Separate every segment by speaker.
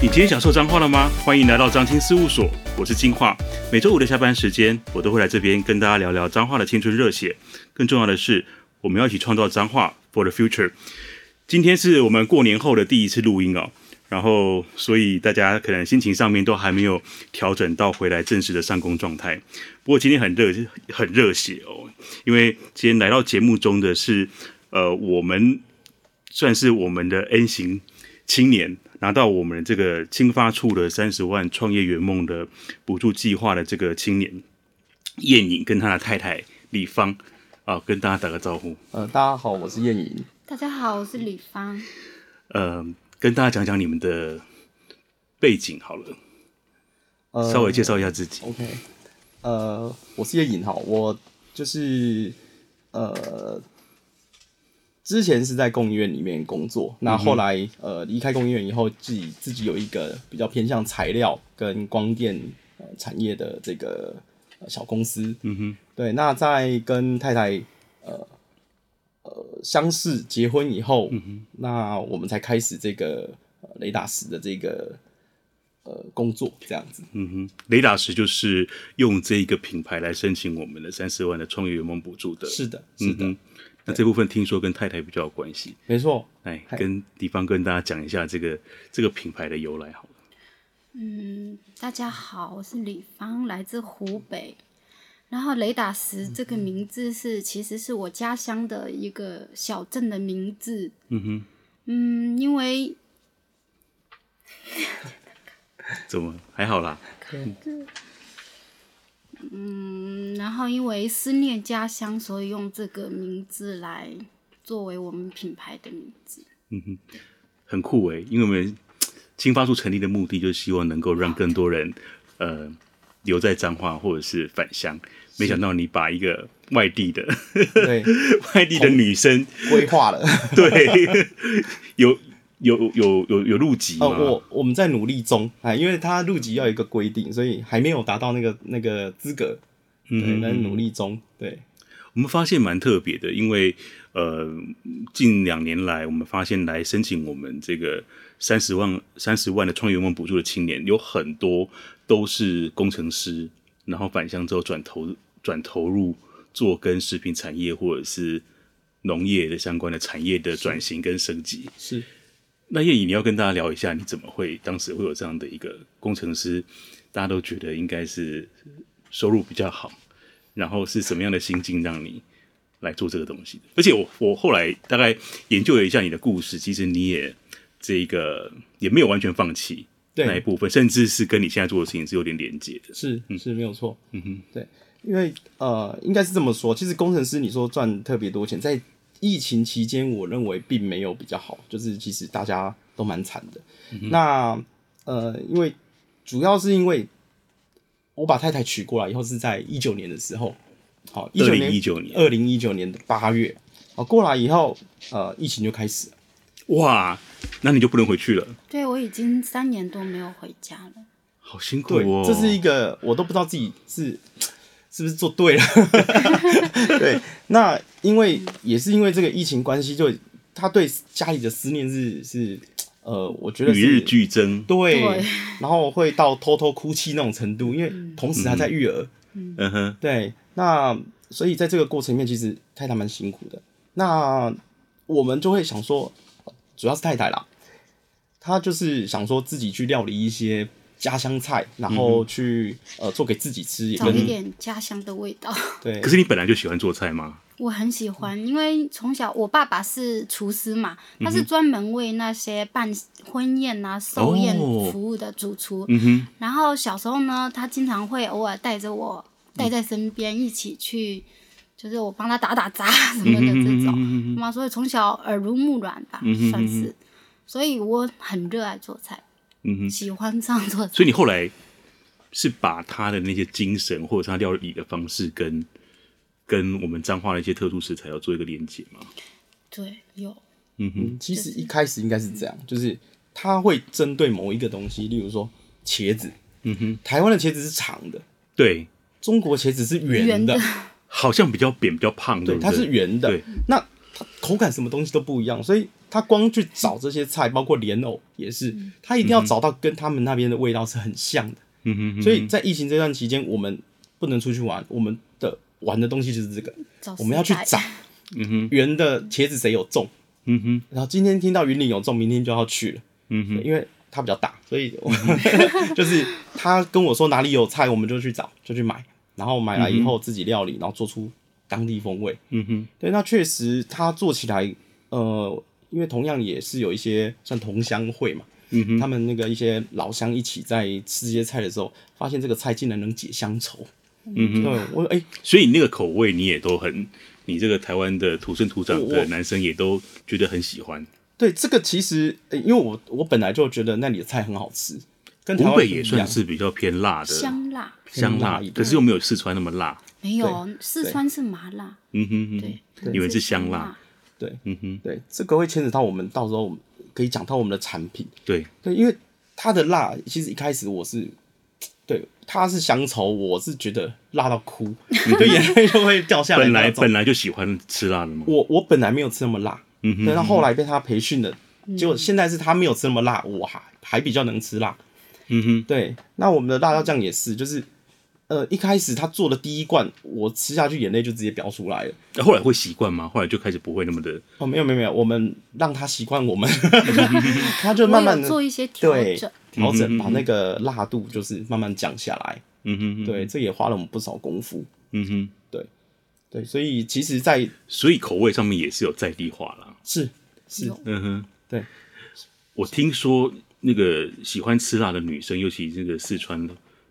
Speaker 1: 你今天想说脏话了吗？欢迎来到张青事务所，我是金话。每周五的下班时间，我都会来这边跟大家聊聊脏话的青春热血。更重要的是，我们要一起创造脏话 for the future。今天是我们过年后的第一次录音哦，然后所以大家可能心情上面都还没有调整到回来正式的上工状态。不过今天很热，很热血哦，因为今天来到节目中的是呃我们算是我们的 N 型青年拿到我们这个青发处的三十万创业圆梦的补助计划的这个青年燕颖跟他的太太李芳啊、跟大家打个招呼，
Speaker 2: 呃，大家好，我是燕颖。
Speaker 3: 大家好，我是李芳。
Speaker 1: 呃，跟大家讲讲你们的背景好了，
Speaker 2: 呃，
Speaker 1: 稍微介绍一下自己。
Speaker 2: OK，呃，我是叶颖哈，我就是呃，之前是在供医院里面工作，那后来、呃离开供医院以后，自己自己有一个比较偏向材料跟光电、呃、产业的这个、呃小公司，嗯哼，对，那在跟太太呃呃相识结婚以后，嗯哼，那我们才开始这个、呃雷达师的这个。呃，工作这样子，
Speaker 1: 嗯哼，雷达石就是用这一个品牌来申请我们的三十万的创业圆梦补助的。
Speaker 2: 是的，是的，
Speaker 1: 嗯哼，那这部分听说跟太太比较有关系。
Speaker 2: 没错。
Speaker 1: 来
Speaker 2: 嗨
Speaker 1: 跟地方跟大家讲一下这个这个品牌的由来好了。
Speaker 3: 嗯，大家好，我是李芳，来自湖北。然后雷达石这个名字是，其实是我家乡的一个小镇的名字。
Speaker 1: 嗯哼，
Speaker 3: 嗯，因为
Speaker 1: 怎么还好啦？
Speaker 3: 嗯，然后因为思念家乡，所以用这个名字来作为我们品牌的名字。
Speaker 1: 很酷诶、因为我们青发处成立的目的就是希望能够让更多人呃留在彰化或者是返乡。没想到你把一个外地的
Speaker 2: 对，
Speaker 1: 外地
Speaker 2: 哦
Speaker 1: 的女生，
Speaker 2: 规划了。
Speaker 1: 对， 有有有有有入籍吗？
Speaker 2: 哦，我我们在努力中，哎，因为他入籍要有一个规定，所以还没有达到那个那个资格。对，但是努力中。对，
Speaker 1: 我们发现蛮特别的，因为呃，近两年来，我们发现来申请我们这个三十万三十万的创业梦补助的青年，有很多都是工程师，然后返乡之后转投转投入做跟食品产业或者是农业的相关的产业的转型跟升级。
Speaker 2: 是
Speaker 1: 那叶颖，你要跟大家聊一下，你怎么会当时会有这样的一个工程师？大家都觉得应该是收入比较好，然后是什么样的心境让你来做这个东西的？而且我我后来大概研究了一下你的故事，其实你也这个也没有完全放弃
Speaker 2: 对
Speaker 1: 那一部分，甚至是跟你现在做的事情是有点连接的。
Speaker 2: 是是，没有错。嗯哼，对，因为呃，应该是这么说。其实工程师，你说赚特别多钱，在疫情期间，我认为并没有比较好，就是其实大家都蛮惨的。那呃，因为主要是因为我把太太娶过来以后是在一九年的时候，好，一九年
Speaker 1: 2019年
Speaker 2: 二零一九年的八月，哦，过来以后，呃，疫情就开始了。
Speaker 1: 哇，那你就不能回去了，
Speaker 3: 对我已经三年多没有回家了。
Speaker 1: 好辛苦
Speaker 2: 对，
Speaker 1: 哦。
Speaker 2: 这是一个我都不知道自己是是不是做对了。 对，那因为也是因为这个疫情关系，就他对家里的思念是是呃，我觉得
Speaker 1: 与日
Speaker 2: 是
Speaker 1: 俱增，
Speaker 2: 对
Speaker 3: 对，
Speaker 2: 然后会到偷偷哭泣那种程度，因为同时还在育儿。
Speaker 1: 嗯哼，
Speaker 2: 对，那所以在这个过程里面，其实太太蛮辛苦的。那我们就会想说，主要是太太啦，她就是想说自己去料理一些家乡菜，然后去、呃做给自己吃，也
Speaker 3: 找一
Speaker 2: 跟
Speaker 3: 点家乡的味道。
Speaker 2: 对
Speaker 1: 可是你本来就喜欢做菜吗？
Speaker 3: 我很
Speaker 1: 嗯
Speaker 3: 喜欢，因为从小我爸爸是厨师嘛，他
Speaker 1: 嗯
Speaker 3: 是专门为那些办婚宴啊、寿宴
Speaker 1: 哦
Speaker 3: 服务的主厨。
Speaker 1: 嗯哼，
Speaker 3: 然后小时候呢，他经常会偶尔带着我
Speaker 1: 嗯
Speaker 3: 带在身边一起去，就是我帮他打打杂啊什么
Speaker 1: 嗯
Speaker 3: 的这种。嘛，所以从小耳濡目染吧，算是。所以我很热爱做菜，
Speaker 1: 嗯哼。
Speaker 3: 喜欢上做菜。
Speaker 1: 所以你后来是把他的那些精神或者是他料理的方式跟跟我们彰化的一些特殊食材要做一个连接嘛？
Speaker 3: 对，有
Speaker 2: 嗯其实一开始应该是这样，就是她会针对某一个东西，例如说茄子，嗯哼，台湾的茄子是长的，
Speaker 1: 对，
Speaker 2: 中国茄子是圆
Speaker 3: 圆
Speaker 2: 的
Speaker 3: 的，
Speaker 1: 好像比较扁比较胖，对
Speaker 2: 对，
Speaker 1: 不
Speaker 2: 它是圆的
Speaker 1: 对，
Speaker 2: 那它口感什么东西都不一样，所以他光去找这些菜，包括莲藕也是，他一定要找到跟他们那边的味道是很像的。
Speaker 1: 嗯哼哼，
Speaker 2: 所以在疫情这段期间，我们不能出去玩，我们的玩的东西就是这个，
Speaker 3: 找
Speaker 2: 我们要去
Speaker 3: 食材
Speaker 2: 找
Speaker 1: 嗯哼，
Speaker 2: 园的茄子谁有种。
Speaker 1: 嗯哼，
Speaker 2: 然后今天听到云岭有种，明天就要去了，
Speaker 1: 嗯哼，
Speaker 2: 因为它比较大，所以我 就是他跟我说哪里有菜，我们就去找，就去买，然后买来以后自己料理，然后做出当地风味。
Speaker 1: 嗯哼，
Speaker 2: 对，那确实它做起来，呃，因为同样也是有一些像同乡会嘛，
Speaker 1: 嗯哼，
Speaker 2: 他们那个一些老乡一起在吃这些菜的时候，发现这个菜竟然能解乡愁。嗯对，我哎、
Speaker 1: 所以你那个口味你也都很，你这个台湾的土生土长
Speaker 2: 我我
Speaker 1: 的男生也都觉得很喜欢。
Speaker 2: 对这个其实，哎因为我我本来就觉得那里的菜很好吃，跟台
Speaker 1: 湖
Speaker 2: 湾
Speaker 1: 北
Speaker 2: 不
Speaker 1: 也
Speaker 2: 一
Speaker 1: 算
Speaker 2: 样
Speaker 1: 是比较偏辣的，
Speaker 3: 香辣
Speaker 1: 香
Speaker 2: 辣
Speaker 1: 辣
Speaker 2: 一点，
Speaker 1: 可是又没有四川那么辣。
Speaker 3: 没有，四川是麻辣，
Speaker 1: 嗯哼哼，
Speaker 3: 对，
Speaker 1: 你们是香
Speaker 3: 香
Speaker 1: 辣，，
Speaker 2: 对
Speaker 1: 嗯哼，
Speaker 2: 对，这个会牵扯到我们到时候我们可以讲到我们的产品。
Speaker 1: 对，
Speaker 2: 对，因为它的辣，其实一开始我是，对，它是乡愁，我是觉得辣到哭，你的眼泪就会掉下来
Speaker 1: 本
Speaker 2: 那
Speaker 1: 来
Speaker 2: 种。
Speaker 1: 本来就喜欢吃辣的嘛。
Speaker 2: 我我本来没有吃那么辣，
Speaker 1: 嗯
Speaker 2: 对，
Speaker 1: 哼，
Speaker 2: 但后来被他培训的，结果现在是他没有吃那么辣，我还还比较能吃辣。
Speaker 1: 嗯哼，
Speaker 2: 对，那我们的辣椒酱也是，就是。呃，一开始他做的第一罐，我吃下去眼泪就直接飙出来了。
Speaker 1: 那啊后来会习惯吗？后来就开始不会那么的，
Speaker 2: 哦，没有没有没有，我们让他习惯 我们，他就慢
Speaker 3: 我
Speaker 2: 慢
Speaker 3: 有
Speaker 2: 的
Speaker 3: 做一些调
Speaker 2: 对
Speaker 3: 整，
Speaker 2: 调整，
Speaker 1: 嗯哼
Speaker 2: 把那个辣度就是慢慢降下来。
Speaker 1: 嗯哼，
Speaker 2: 对，，这也花了我们不少功夫。
Speaker 1: 嗯哼，
Speaker 2: 对，所以其实在，
Speaker 1: 所以口味上面也是有在地化啦。
Speaker 2: 是是
Speaker 3: 有
Speaker 1: 嗯哼，
Speaker 2: 对，
Speaker 1: 我听说那个喜欢吃辣的女生，尤其这个四川、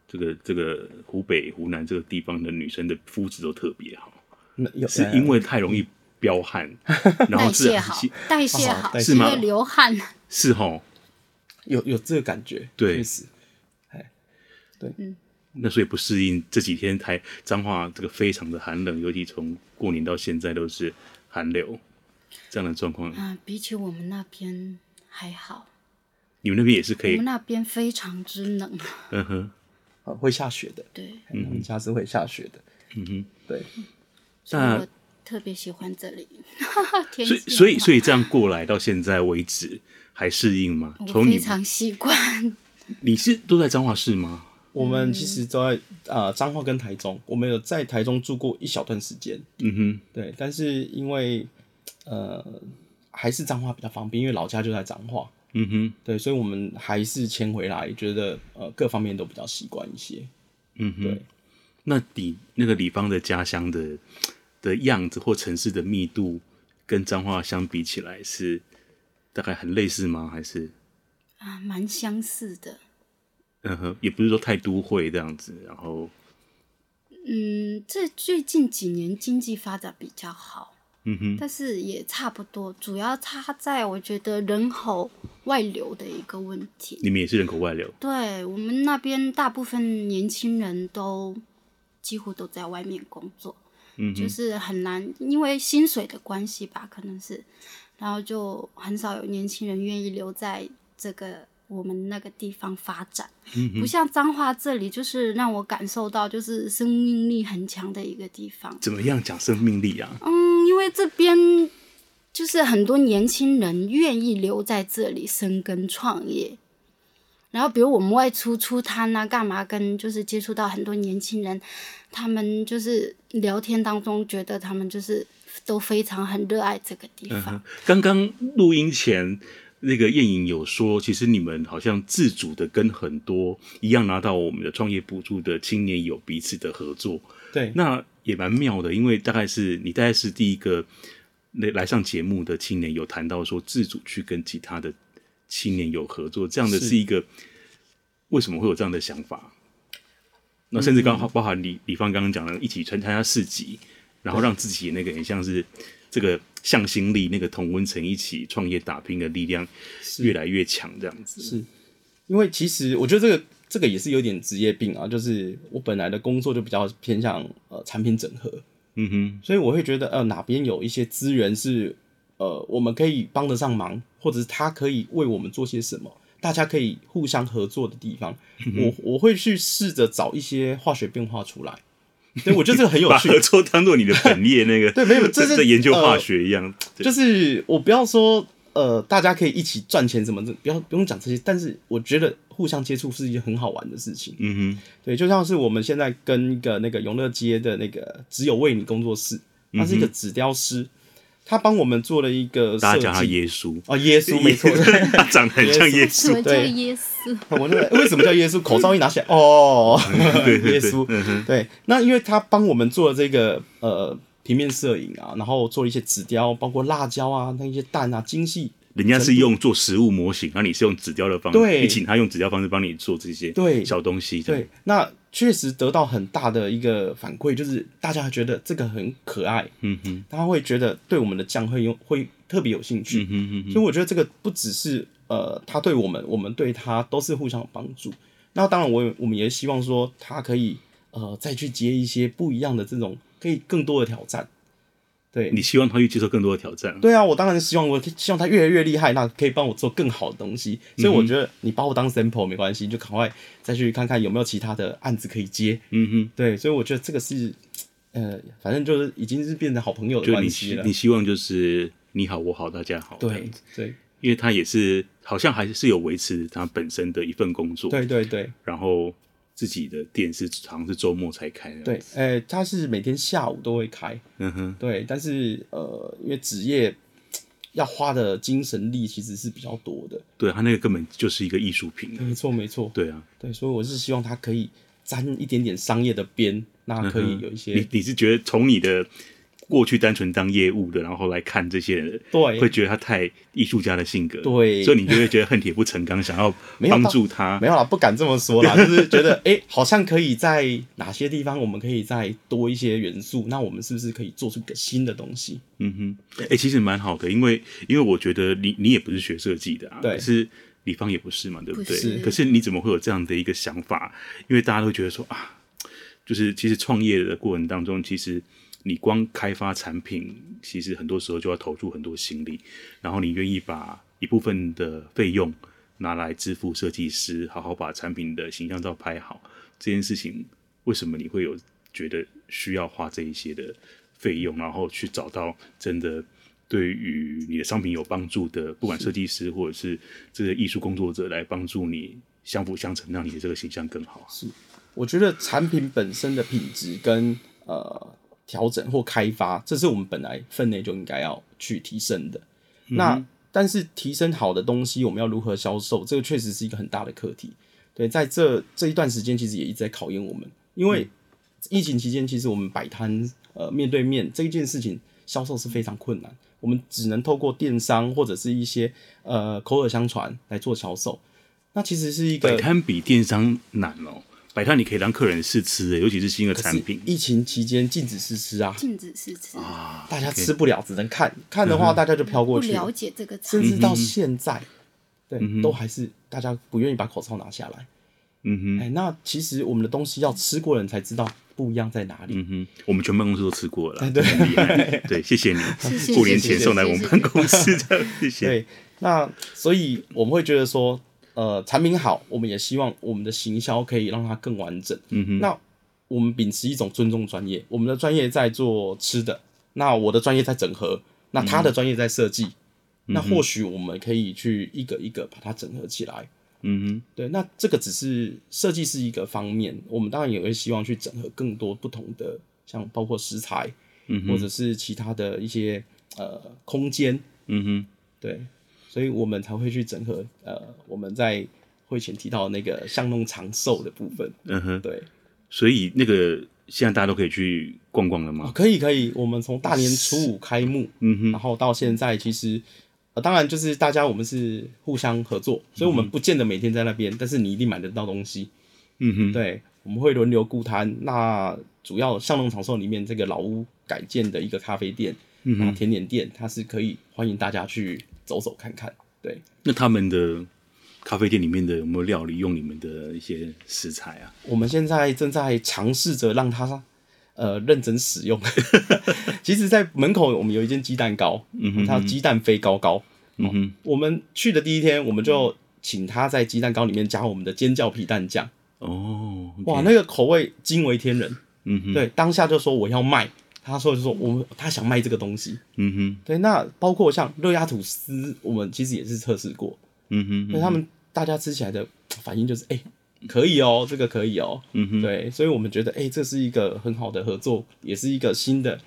Speaker 1: 这个这个湖北、湖南这个地方的女生的肤质都特别好，
Speaker 2: 那有呃
Speaker 1: 是因为太容易彪悍，然后
Speaker 3: 代
Speaker 1: 自
Speaker 3: 谢
Speaker 1: 然啊
Speaker 3: 好，代谢
Speaker 2: 哦
Speaker 3: 好，
Speaker 2: 代谢
Speaker 1: 是
Speaker 3: 因
Speaker 1: 吗
Speaker 3: 为流汗，
Speaker 1: 是哦吼。
Speaker 2: 有有这个感觉，
Speaker 1: 对
Speaker 2: 确实
Speaker 1: 那所以不适应这几天台彰化这个非常的寒冷，尤其从过年到现在都是寒流这样的状况，
Speaker 3: 啊，比起我们那边还好，
Speaker 1: 你们那边也是可
Speaker 3: 我
Speaker 1: 以
Speaker 3: 们，那边非常之冷，啊
Speaker 1: 嗯哼，
Speaker 2: 呃会下雪的，
Speaker 3: 对，
Speaker 2: 嗯，我们家是会下雪的，
Speaker 1: 嗯哼。
Speaker 2: 对，
Speaker 3: 所以
Speaker 1: 那
Speaker 3: 我特别喜欢这里， 天
Speaker 1: 所
Speaker 3: 气
Speaker 1: 以所以
Speaker 3: 很好
Speaker 1: 所以这样过来到现在为止还适应吗？
Speaker 3: 我
Speaker 1: 从
Speaker 3: 非
Speaker 1: 你
Speaker 3: 常习惯，
Speaker 1: 你是都在彰化市吗？
Speaker 2: 我们其实都在啊彰化跟台中，我们有在台中住过一小段时间，
Speaker 1: 嗯
Speaker 2: 对，但是因为呃还是彰化比较方便，因为老家就在彰化，
Speaker 1: 哼，嗯哼，
Speaker 2: 对，所以我们还是迁回来，觉得呃各方面都比较习惯一些，
Speaker 1: 嗯哼
Speaker 2: 对。
Speaker 1: 那你那个李芳的家乡的的样子或城市的密度，跟彰化相比起来是大概很类似吗？还是
Speaker 3: 啊，蛮相似的。
Speaker 1: 嗯哼，也不是说太都会这样子，然后
Speaker 3: 嗯，这最近几年经济发展比较好，
Speaker 1: 嗯哼，
Speaker 3: 但是也差不多，主要差在我觉得人口外流的一个问题。
Speaker 1: 你们也是人口外流，
Speaker 3: 对我们那边大部分年轻人都几乎都在外面工作，
Speaker 1: 嗯
Speaker 3: 就
Speaker 1: 哼，
Speaker 3: 是很难，因为薪水的关系吧，可能是，然后就很少有年轻人愿意留在这个我们那个地方发展，
Speaker 1: 嗯
Speaker 3: 不像彰化这里，就是让我感受到就是生命力很强的一个地方。
Speaker 1: 怎么样讲生命力啊？
Speaker 3: 嗯，因为这边就是很多年轻人愿意留在这里生根创业。然后，比如我们外出出摊啊，干嘛跟就是接触到很多年轻人，他们就是聊天当中觉得他们就是都非常很热爱这个地
Speaker 1: 嗯
Speaker 3: 方
Speaker 1: 哼，，刚刚录音前，那个燕颖有说，其实你们好像自主的跟很多一样拿到我们的创业补助的青年有彼此的合作，
Speaker 2: 对，
Speaker 1: 那也蛮妙的，因为大概是你大概是第一个来来上节目的青年有谈到说自主去跟其他的青年有合作，这样的
Speaker 2: 是
Speaker 1: 是一个为什么会有这样的想法？那甚至刚
Speaker 2: 嗯
Speaker 1: 好包含李李芳刚刚讲的，一起参参加市集，然后让自己那个很像是这个向心力，那个同温层一起创业打拼的力量越来越强，这样子。
Speaker 2: 是因为其实我觉得这个这个也是有点职业病啊，就是我本来的工作就比较偏向呃产品整合，
Speaker 1: 嗯哼，
Speaker 2: 所以我会觉得呃哪边有一些资源是呃我们可以帮得上忙，或者是他可以为我们做些什么，大家可以互相合作的地方，
Speaker 1: 嗯
Speaker 2: 我我会去试着找一些化学变化出来。对，我觉得这个很有
Speaker 1: 把
Speaker 2: 趣
Speaker 1: 合， 作当做你的本业那个，
Speaker 2: 对没有这是
Speaker 1: 在研究
Speaker 2: 呃
Speaker 1: 化学一样，对
Speaker 2: 就是我不要说呃，大家可以一起赚钱什么的，不要不用讲这些。但是我觉得互相接触是一件很好玩的事情。
Speaker 1: 嗯哼，
Speaker 2: 对，就像是我们现在跟一个那个永乐街的那个只有为你工作室，他是一个纸雕师，他帮我们做了一个
Speaker 1: 嗯大
Speaker 2: 设
Speaker 1: 家叫他
Speaker 2: 计。
Speaker 1: 耶稣，
Speaker 2: 哦，耶稣没错，对
Speaker 1: 长得很像耶稣，
Speaker 3: 什么叫
Speaker 2: 对
Speaker 3: 耶稣？
Speaker 2: 我那个为什么叫耶稣？口罩一拿起来，哦，
Speaker 1: 对对嗯
Speaker 2: 耶
Speaker 1: 对
Speaker 2: 稣，对，那因为他帮我们做了这个呃平面摄影啊，然后做了一些纸雕，包括辣椒啊，那一些蛋啊，精细
Speaker 1: 人家是用做实物模型，那你是用纸雕的方式，
Speaker 2: 对
Speaker 1: 你请他用纸雕方式帮你做这些
Speaker 2: 对
Speaker 1: 小东西，这样
Speaker 2: 对，那确实得到很大的一个反馈，就是大家觉得这个很可爱，
Speaker 1: 嗯哼，
Speaker 2: 大家会觉得对我们的酱会用会特别有兴趣，
Speaker 1: 嗯哼嗯哼，
Speaker 2: 所以我觉得这个不只是呃他对我们，我们对他都是互相有帮助。那当然我也，我们也希望说他可以呃再去接一些不一样的这种，可以更多的挑战。对，
Speaker 1: 你希望他去接受更多的挑战，
Speaker 2: 对啊，我当然希望我希望他越来越厉害，那可以帮我做更好的东西。所
Speaker 1: 嗯
Speaker 2: 以我觉得你把我当 sample 没关系，你就赶快再去看看有没有其他的案子可以接。
Speaker 1: 嗯哼。
Speaker 2: 对，所以我觉得这个是呃，反正就是已经是变成好朋友的
Speaker 1: 就
Speaker 2: 关
Speaker 1: 你
Speaker 2: 系
Speaker 1: 希
Speaker 2: 了
Speaker 1: 你。希望就是你好我好大家好，这
Speaker 2: 对
Speaker 1: 样子
Speaker 2: 对
Speaker 1: 因为他也是好像还是有维持他本身的一份工作，
Speaker 2: 对对对
Speaker 1: 然后自己的店是好像是周末才开的，
Speaker 2: 对，，呃，他是每天下午都会开，
Speaker 1: 嗯哼，
Speaker 2: 对，但是呃，因为职业要花的精神力其实是比较多的。
Speaker 1: 对他那个根本就是一个艺术品，
Speaker 2: 没错没错，
Speaker 1: 对啊，
Speaker 2: 对，所以我是希望他可以沾一点点商业的边，那可以有一些
Speaker 1: 嗯你你是觉得从你的过去单纯当业务的，然后来看这些人，
Speaker 2: 对
Speaker 1: 会觉得他太艺术家的性格，
Speaker 2: 对
Speaker 1: 所以你就会觉得恨铁不成钢，想要
Speaker 2: 没有
Speaker 1: 帮
Speaker 2: 到
Speaker 1: 助他
Speaker 2: 没，有啦，不敢这么说啦，就是觉得哎、诶好像可以在哪些地方我们可以再多一些元素，那我们是不是可以做出一个新的东西？
Speaker 1: 嗯哼，哎、其实蛮好的，因为因为我觉得你你也不是学设计的啊，
Speaker 2: 对
Speaker 1: 可是李芳也不是嘛，对不对？
Speaker 3: 不是
Speaker 1: 可是你怎么会有这样的一个想法？因为大家都觉得说啊，就是其实创业的过程当中，其实你光开发产品，其实很多时候就要投入很多心力，然后你愿意把一部分的费用拿来支付设计师，好好把产品的形象照拍好，这件事情为什么你会有觉得需要花这一些的费用，然后去找到真的对于你的商品有帮助的，不管设计师或者是这个艺术工作者来帮助你相辅相成，让你的这个形象更好啊。
Speaker 2: 我觉得产品本身的品质跟呃调整或开发，这是我们本来分内就应该要去提升的。那但是提升好的东西，我们要如何销售，这个确实是一个很大的课题。对，在这这一段时间，其实也一直在考验我们，因为疫情期间，其实我们摆摊呃面对面这一件事情，销售是非常困难，我们只能透过电商或者是一些呃口耳相传来做销售。那其实是一个
Speaker 1: 摆摊比电商难哦，摆摊你可以让客人试吃的，尤其是新的产品。
Speaker 2: 疫情期间禁止试吃啊，
Speaker 3: 禁止试吃，
Speaker 2: 大家吃不了，只能
Speaker 1: 嗯
Speaker 2: 看看的话，大家就飘
Speaker 3: 不
Speaker 2: 过去了，
Speaker 3: 了解这个产
Speaker 2: 甚
Speaker 3: 品，
Speaker 2: 至到现
Speaker 1: 嗯
Speaker 2: 在，对，都还是大家不愿意把口罩拿下来。
Speaker 1: 嗯
Speaker 2: 哎，那其实我们的东西要吃过人才知道不一样在哪里。
Speaker 1: 哼，嗯哼，我们全办公室都吃过了啦，
Speaker 2: 对
Speaker 1: 很厉害。对，谢 谢
Speaker 3: 谢
Speaker 1: 你，
Speaker 3: 谢
Speaker 1: 过年
Speaker 3: 谢
Speaker 1: 前
Speaker 3: 谢
Speaker 1: 送来我
Speaker 3: 谢
Speaker 1: 们
Speaker 3: 谢
Speaker 1: 办公室的，谢谢。
Speaker 2: 对，那所以我们会觉得说，呃，产品好，我们也希望我们的行销可以让它更完整。嗯哼，那我们秉持一种尊重专业，我们的专业在做吃的，那我的专业在整合，那他的专业在设计，那或许我们可以去一个一个把它整合起来。
Speaker 1: 嗯
Speaker 2: 对，那这个只是设计是一个方面，我们当然也会希望去整合更多不同的，像包括食材，嗯，或者是其他的一些呃空间，
Speaker 1: 哼，嗯哼。
Speaker 2: 对，所以我们才会去整合呃我们在会前提到那个巷弄长寿的部分，
Speaker 1: 嗯哼，
Speaker 2: 对，
Speaker 1: 所以那个现在大家都可以去逛逛了
Speaker 2: 哦，
Speaker 1: 吗？
Speaker 2: 可以可以，我们从大年初五开幕，
Speaker 1: 嗯哼，
Speaker 2: 然后到现在其实。呃，当然就是大家我们是互相合作，所以我们不见得每天在那边，但是你一定买得到东西。
Speaker 1: 嗯哼，
Speaker 2: 对，我们会轮流顾摊。那主要巷弄长寿里面这个老屋改建的一个咖啡店，
Speaker 1: 嗯
Speaker 2: 那甜点店，它是可以欢迎大家去走走看看。对，
Speaker 1: 那他们的咖啡店里面的有没有料理用你们的一些食材啊？
Speaker 2: 我们现在正在尝试着让它呃认真使用。 其实，在门口我们有一间鸡蛋糕，它叫鸡蛋飞高高。
Speaker 1: 嗯哼，
Speaker 2: 我们去的第一天，我们就请他在鸡蛋糕里面加我们的尖叫皮蛋酱，
Speaker 1: 哦，
Speaker 2: 哇，
Speaker 1: OK，
Speaker 2: 那个口味惊为天人。
Speaker 1: 嗯哼，
Speaker 2: 对，当下就说我要卖，他说就说我们他想卖这个东西，
Speaker 1: 嗯
Speaker 2: 对，那包括像热压吐司，我们其实也是测试过，
Speaker 1: 哼，嗯哼，
Speaker 2: 那他们大家吃起来的反应就是，哎、可以哦，这个可以哦，
Speaker 1: 嗯哼，
Speaker 2: 对，所以我们觉得，哎、这是一个很好的合作，也是一个新的，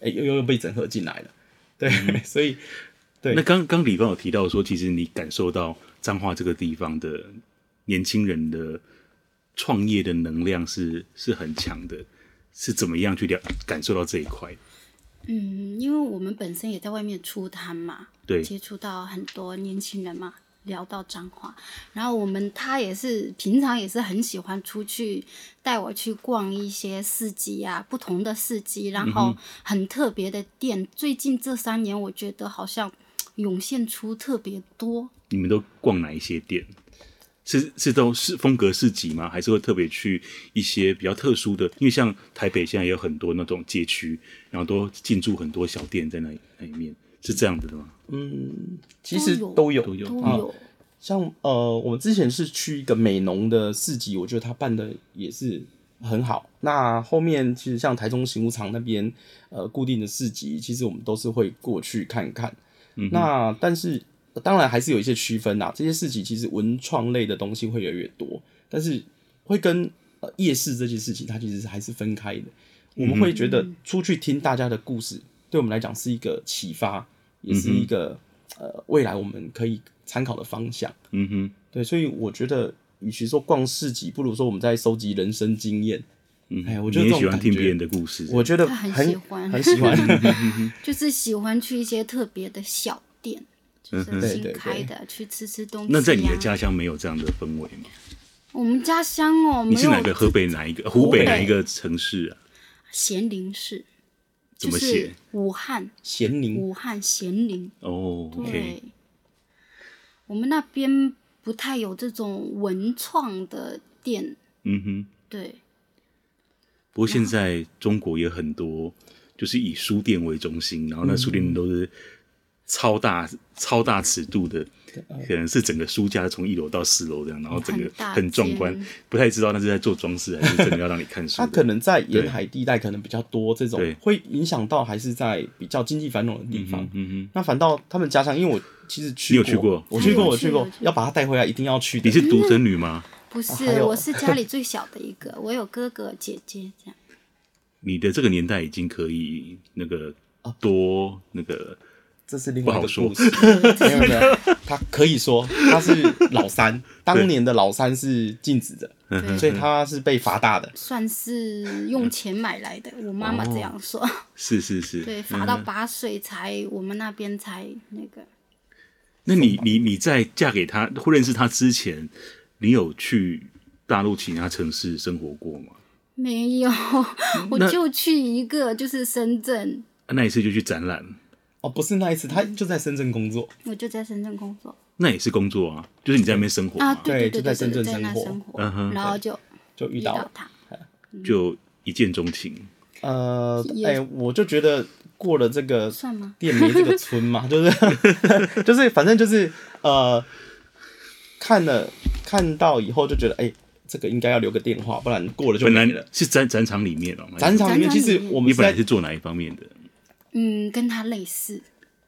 Speaker 2: 哎、又又被整合进来了，对， 所以对
Speaker 1: 那刚刚李芳有提到说，其实你感受到彰化这个地方的年轻人的创业的能量是是很强的，是怎么样去了感受到这一块？
Speaker 3: 嗯，因为我们本身也在外面出摊嘛，
Speaker 1: 对，
Speaker 3: 接触到很多年轻人嘛，聊到彰化，然后我们他也是平常也是很喜欢出去带我去逛一些市集啊，不同的市集，
Speaker 1: 嗯
Speaker 3: 然后很特别的店。最近这三年，我觉得好像涌现出特别多，
Speaker 1: 你们都逛哪一些店？是是都是风格市集吗？还是会特别去一些比较特殊的？因为像台北现在也有很多那种街区，然后都进驻很多小店在那里那里面，是这样子的吗？哦
Speaker 2: 其实
Speaker 3: 都
Speaker 2: 都有，
Speaker 3: 都
Speaker 2: 啊
Speaker 3: 有。
Speaker 1: 嗯
Speaker 2: 像呃，我们之前是去一个美浓的市集，我觉得他办的也是很好。那后面其实像台中行务场那边，呃，固定的市集，其实我们都是会过去看看。那但是呃当然还是有一些区分啊啦，这些市集其实文创类的东西会越来越多，但是会跟呃夜市这件事情，它其实还是分开的。我们会觉得出去听大家的故事，对我们来讲是一个启发，也是一个、呃未来我们可以参考的方向。
Speaker 1: 嗯哼，
Speaker 2: 对，所以我觉得，与其说逛市集，不如说我们在收集人生经验。
Speaker 1: 嗯哼，
Speaker 2: 哎我觉得
Speaker 1: 你也
Speaker 2: 这种
Speaker 1: 喜欢
Speaker 2: 感
Speaker 1: 听
Speaker 2: 觉
Speaker 1: 别人的故事，
Speaker 2: 我觉得
Speaker 3: 他很
Speaker 2: 很
Speaker 3: 喜欢
Speaker 2: 很喜欢。
Speaker 3: 就是喜欢去一些特别的小店，就
Speaker 1: 嗯哼
Speaker 3: 是
Speaker 2: 对
Speaker 3: 新
Speaker 2: 对
Speaker 3: 开
Speaker 2: 对
Speaker 3: 的，去吃吃东西、啊。
Speaker 1: 那在你的家乡没有这样的氛围吗？
Speaker 3: 我们家乡哦，没
Speaker 1: 你是
Speaker 3: 有
Speaker 1: 哪个河北哪一个湖
Speaker 2: 湖北
Speaker 1: 北哪一个城市啊？
Speaker 3: 咸宁市，
Speaker 1: 怎
Speaker 3: 就
Speaker 1: 么
Speaker 3: 是
Speaker 1: 写？
Speaker 3: 武汉，
Speaker 2: 咸宁，
Speaker 3: 武汉咸宁。
Speaker 1: 哦，OK，
Speaker 3: 对，我们那边不太有这种文创的店，
Speaker 1: 嗯哼。
Speaker 3: 对，
Speaker 1: 不过现在中国也很多，就是以书店为中心，然后那书店都是超大、超大尺度的，可能是整个书架从一楼到四楼这样，然后整个
Speaker 3: 很大
Speaker 1: 很壮观
Speaker 3: 间，
Speaker 1: 不太知道那是在做装饰还是真的要让你看 书
Speaker 2: 它啊可
Speaker 1: 的。
Speaker 2: 能在沿海地带可能比较多这种
Speaker 1: 对，
Speaker 2: 会影响到还是在比较经济繁荣的地方。
Speaker 1: 嗯哼，
Speaker 2: 那反倒他们家乡，因为我其实去
Speaker 1: 你有去过
Speaker 2: 我去过，
Speaker 3: 我有
Speaker 2: 我
Speaker 3: 去
Speaker 2: 去过
Speaker 3: 我有，去
Speaker 2: 要把它带回来一定要去的。
Speaker 1: 你是独生女吗？
Speaker 3: 不是，
Speaker 2: 哦还有
Speaker 3: 我是家里最小的一个，我有哥哥姐姐这样，
Speaker 1: 你的这个年代已经可以那个
Speaker 2: 哦
Speaker 1: 多那个
Speaker 2: 这是另外
Speaker 1: 不
Speaker 2: 一
Speaker 1: 好
Speaker 2: 个
Speaker 1: 说
Speaker 2: 故事， 没有没有，他可以说他是 老三，当年的老三是禁止的，
Speaker 1: 嗯
Speaker 3: 对，
Speaker 2: 所以他是被罚大的。
Speaker 3: 算是用钱买来的，我妈妈这
Speaker 1: 哦
Speaker 3: 样说，
Speaker 1: 是是是，
Speaker 3: 对，罚
Speaker 1: 嗯
Speaker 3: 到八岁才，我们那边才那个。
Speaker 1: 那你你你在嫁给他或认识他之前，你有去大陆其他城市生活过吗？
Speaker 3: 没有，
Speaker 1: 嗯
Speaker 3: 我就去一个，就是深圳，
Speaker 1: 啊那一次就去展览，
Speaker 2: 哦，不是那一次，他就在深圳工作。
Speaker 3: 我就在深圳工作
Speaker 1: 那也是工作啊，就是你在那边生活嘛，
Speaker 3: 啊，对
Speaker 2: 对就
Speaker 3: 对
Speaker 2: 在
Speaker 3: 对
Speaker 2: 深
Speaker 3: 对，
Speaker 2: 圳
Speaker 3: 在
Speaker 2: 生
Speaker 3: 那
Speaker 2: 活
Speaker 3: 生活
Speaker 1: 嗯，哼
Speaker 3: 然后就
Speaker 2: 就遇
Speaker 3: 遇
Speaker 2: 到
Speaker 3: 到
Speaker 2: 了。
Speaker 3: 他，
Speaker 1: 就一见钟情。
Speaker 2: 呃，
Speaker 3: 也
Speaker 2: 哎、我就觉得过了这个
Speaker 3: 算吗？
Speaker 2: 店没这个村嘛， 就是就是 反正就是呃，看了看到以后就觉得，哎、这个应该要留个电话，不然过了就
Speaker 1: 本
Speaker 2: 没
Speaker 1: 来
Speaker 2: 了。
Speaker 1: 是展展场里面哦，
Speaker 2: 展场里面，
Speaker 3: 展
Speaker 2: 其
Speaker 3: 场里
Speaker 2: 实
Speaker 3: 面
Speaker 2: 我们
Speaker 1: 你
Speaker 2: 是
Speaker 1: 本来
Speaker 2: 在
Speaker 1: 是做哪一方面的？
Speaker 3: 嗯，跟他类似，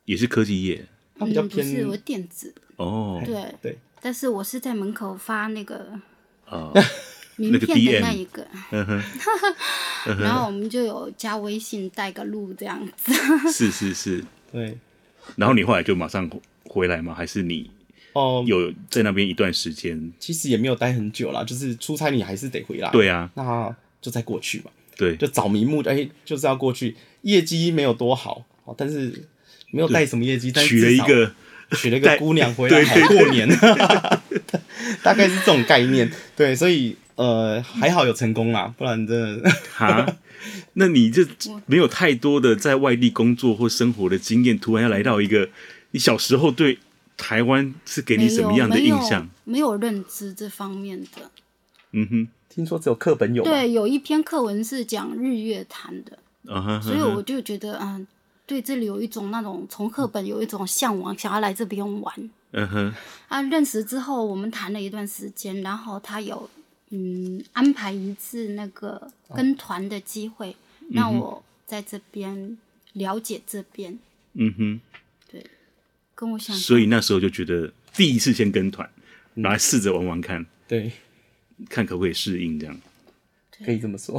Speaker 1: 也是科技业
Speaker 2: 它比较
Speaker 3: 嗯、不是我
Speaker 2: 偏哎
Speaker 3: 电子，
Speaker 1: 哦，
Speaker 3: 对，
Speaker 2: 对，
Speaker 3: 但是我是在门口发那个
Speaker 1: 啊，
Speaker 3: 名
Speaker 1: 那个嗯
Speaker 3: 片的
Speaker 1: DM
Speaker 3: 那一个，
Speaker 1: 嗯
Speaker 3: 然后我们就有加微信带个路这样子，
Speaker 1: 是是是。
Speaker 2: 对
Speaker 1: 然后你后来就马上回来吗？还是你
Speaker 2: 哦、
Speaker 1: 有在那边一段时间？
Speaker 2: 其实也没有待很久啦，就是出差你还是得回来。，
Speaker 1: 对啊，
Speaker 2: 那就再过去吧，
Speaker 1: 对，
Speaker 2: 就找名目，哎、就是要过去。业绩没有多好，哦但是没有带什么业绩，但是
Speaker 1: 娶了
Speaker 2: 至
Speaker 1: 一
Speaker 2: 少
Speaker 1: 个
Speaker 2: 娶了一
Speaker 1: 带
Speaker 2: 个姑娘回来，好过年， 大概是这种概念。对，所以呃，还好有成功啦，不然真的
Speaker 1: 哈，那你这没有太多的在外地工作或生活的经验，突然要来到一个你小时候对台湾是 给
Speaker 3: 没
Speaker 1: 你什
Speaker 3: 有
Speaker 1: 么样的
Speaker 3: 没
Speaker 1: 印
Speaker 3: 有
Speaker 1: 象？
Speaker 3: 没有认知这方面的，
Speaker 1: 嗯哼，
Speaker 2: 听说只有课本有嘛，
Speaker 3: 对，有一篇课文是讲日月潭的，
Speaker 1: 啊哈，
Speaker 3: 所以
Speaker 1: 啊哈
Speaker 3: 我就觉得嗯。对这里有一种那种从课本有一种向往，想要来这边玩
Speaker 1: 嗯哼，
Speaker 3: 啊。认识之后，我们谈了一段时间，然后他有
Speaker 1: 哦
Speaker 3: 嗯安排一次那个跟团的机会，让我在这边了解这边，
Speaker 1: 嗯哼，
Speaker 3: 跟我想象
Speaker 1: 所以那时候就觉得第一次先跟团，
Speaker 2: 嗯
Speaker 1: 然后试着玩玩看，
Speaker 2: 对，
Speaker 1: 看可不可以适应这样。
Speaker 2: 可以这么说。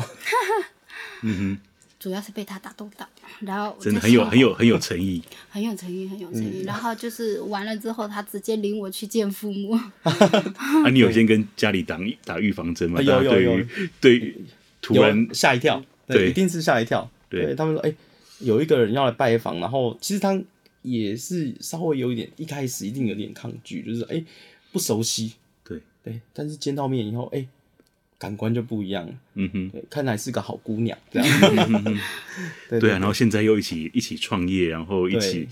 Speaker 3: 主要是被他打动到，然后我
Speaker 1: 真的
Speaker 3: 在
Speaker 1: 很有嗯
Speaker 3: 想
Speaker 1: 很有很有诚意，
Speaker 3: 很有诚意，很有诚意。然后就是完了之后，他直接领我去见父母。
Speaker 1: 啊，你有先跟家里打打预防针吗？
Speaker 2: 啊有
Speaker 1: 大家对
Speaker 2: 有
Speaker 1: 于
Speaker 2: 有
Speaker 1: 对于突然
Speaker 2: 有吓一跳，
Speaker 1: 对
Speaker 2: 对，一定是吓一跳。
Speaker 1: 对
Speaker 2: 对他们说，哎、有一个人要来拜访，然后其实他也是稍微有一点，一开始一定有点抗拒，就是哎、不熟悉，
Speaker 1: 对，
Speaker 2: 对，但是见到面以后，哎、感官就不一样了，
Speaker 1: 嗯哼，
Speaker 2: 对，看来是个好姑娘，这 样，对
Speaker 1: 对啊，然后现在又一起一起创业，然后一起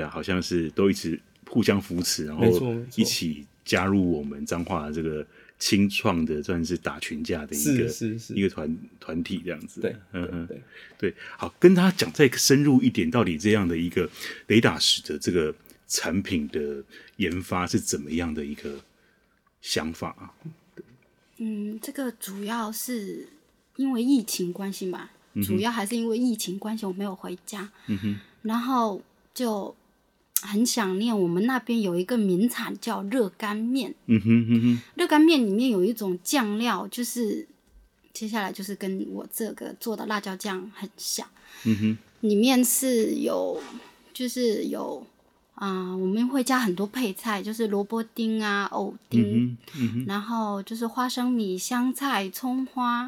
Speaker 1: 对啊，好像是都一起互相扶持，然
Speaker 2: 没错
Speaker 1: 后
Speaker 2: 没
Speaker 1: 一
Speaker 2: 错
Speaker 1: 起加入我们彰化这个清创的算是打群架的一个
Speaker 2: 是是是
Speaker 1: 一个团团体这样子。
Speaker 2: 对
Speaker 1: 嗯哼，
Speaker 2: 对
Speaker 1: 对，好，跟他讲再深入一点，到底这样的一个雷达石的这个产品的研发是怎么样的一个想法啊？
Speaker 3: 嗯，这个主要是因为疫情关系嘛，主要还是因为疫情关系，我没有回家。嗯
Speaker 1: 哼。
Speaker 3: 然后就很想念我们那边有一个名产叫热干面，
Speaker 1: 嗯哼嗯哼，
Speaker 3: 热干面里面有一种酱料，就是接下来就是跟我这个做的辣椒酱很像。
Speaker 1: 嗯哼，
Speaker 3: 里面是有，就是有啊、我们会加很多配菜，就是萝卜丁啊、藕丁，
Speaker 1: 嗯哼嗯哼，
Speaker 3: 然后就是花生米、香菜、葱花，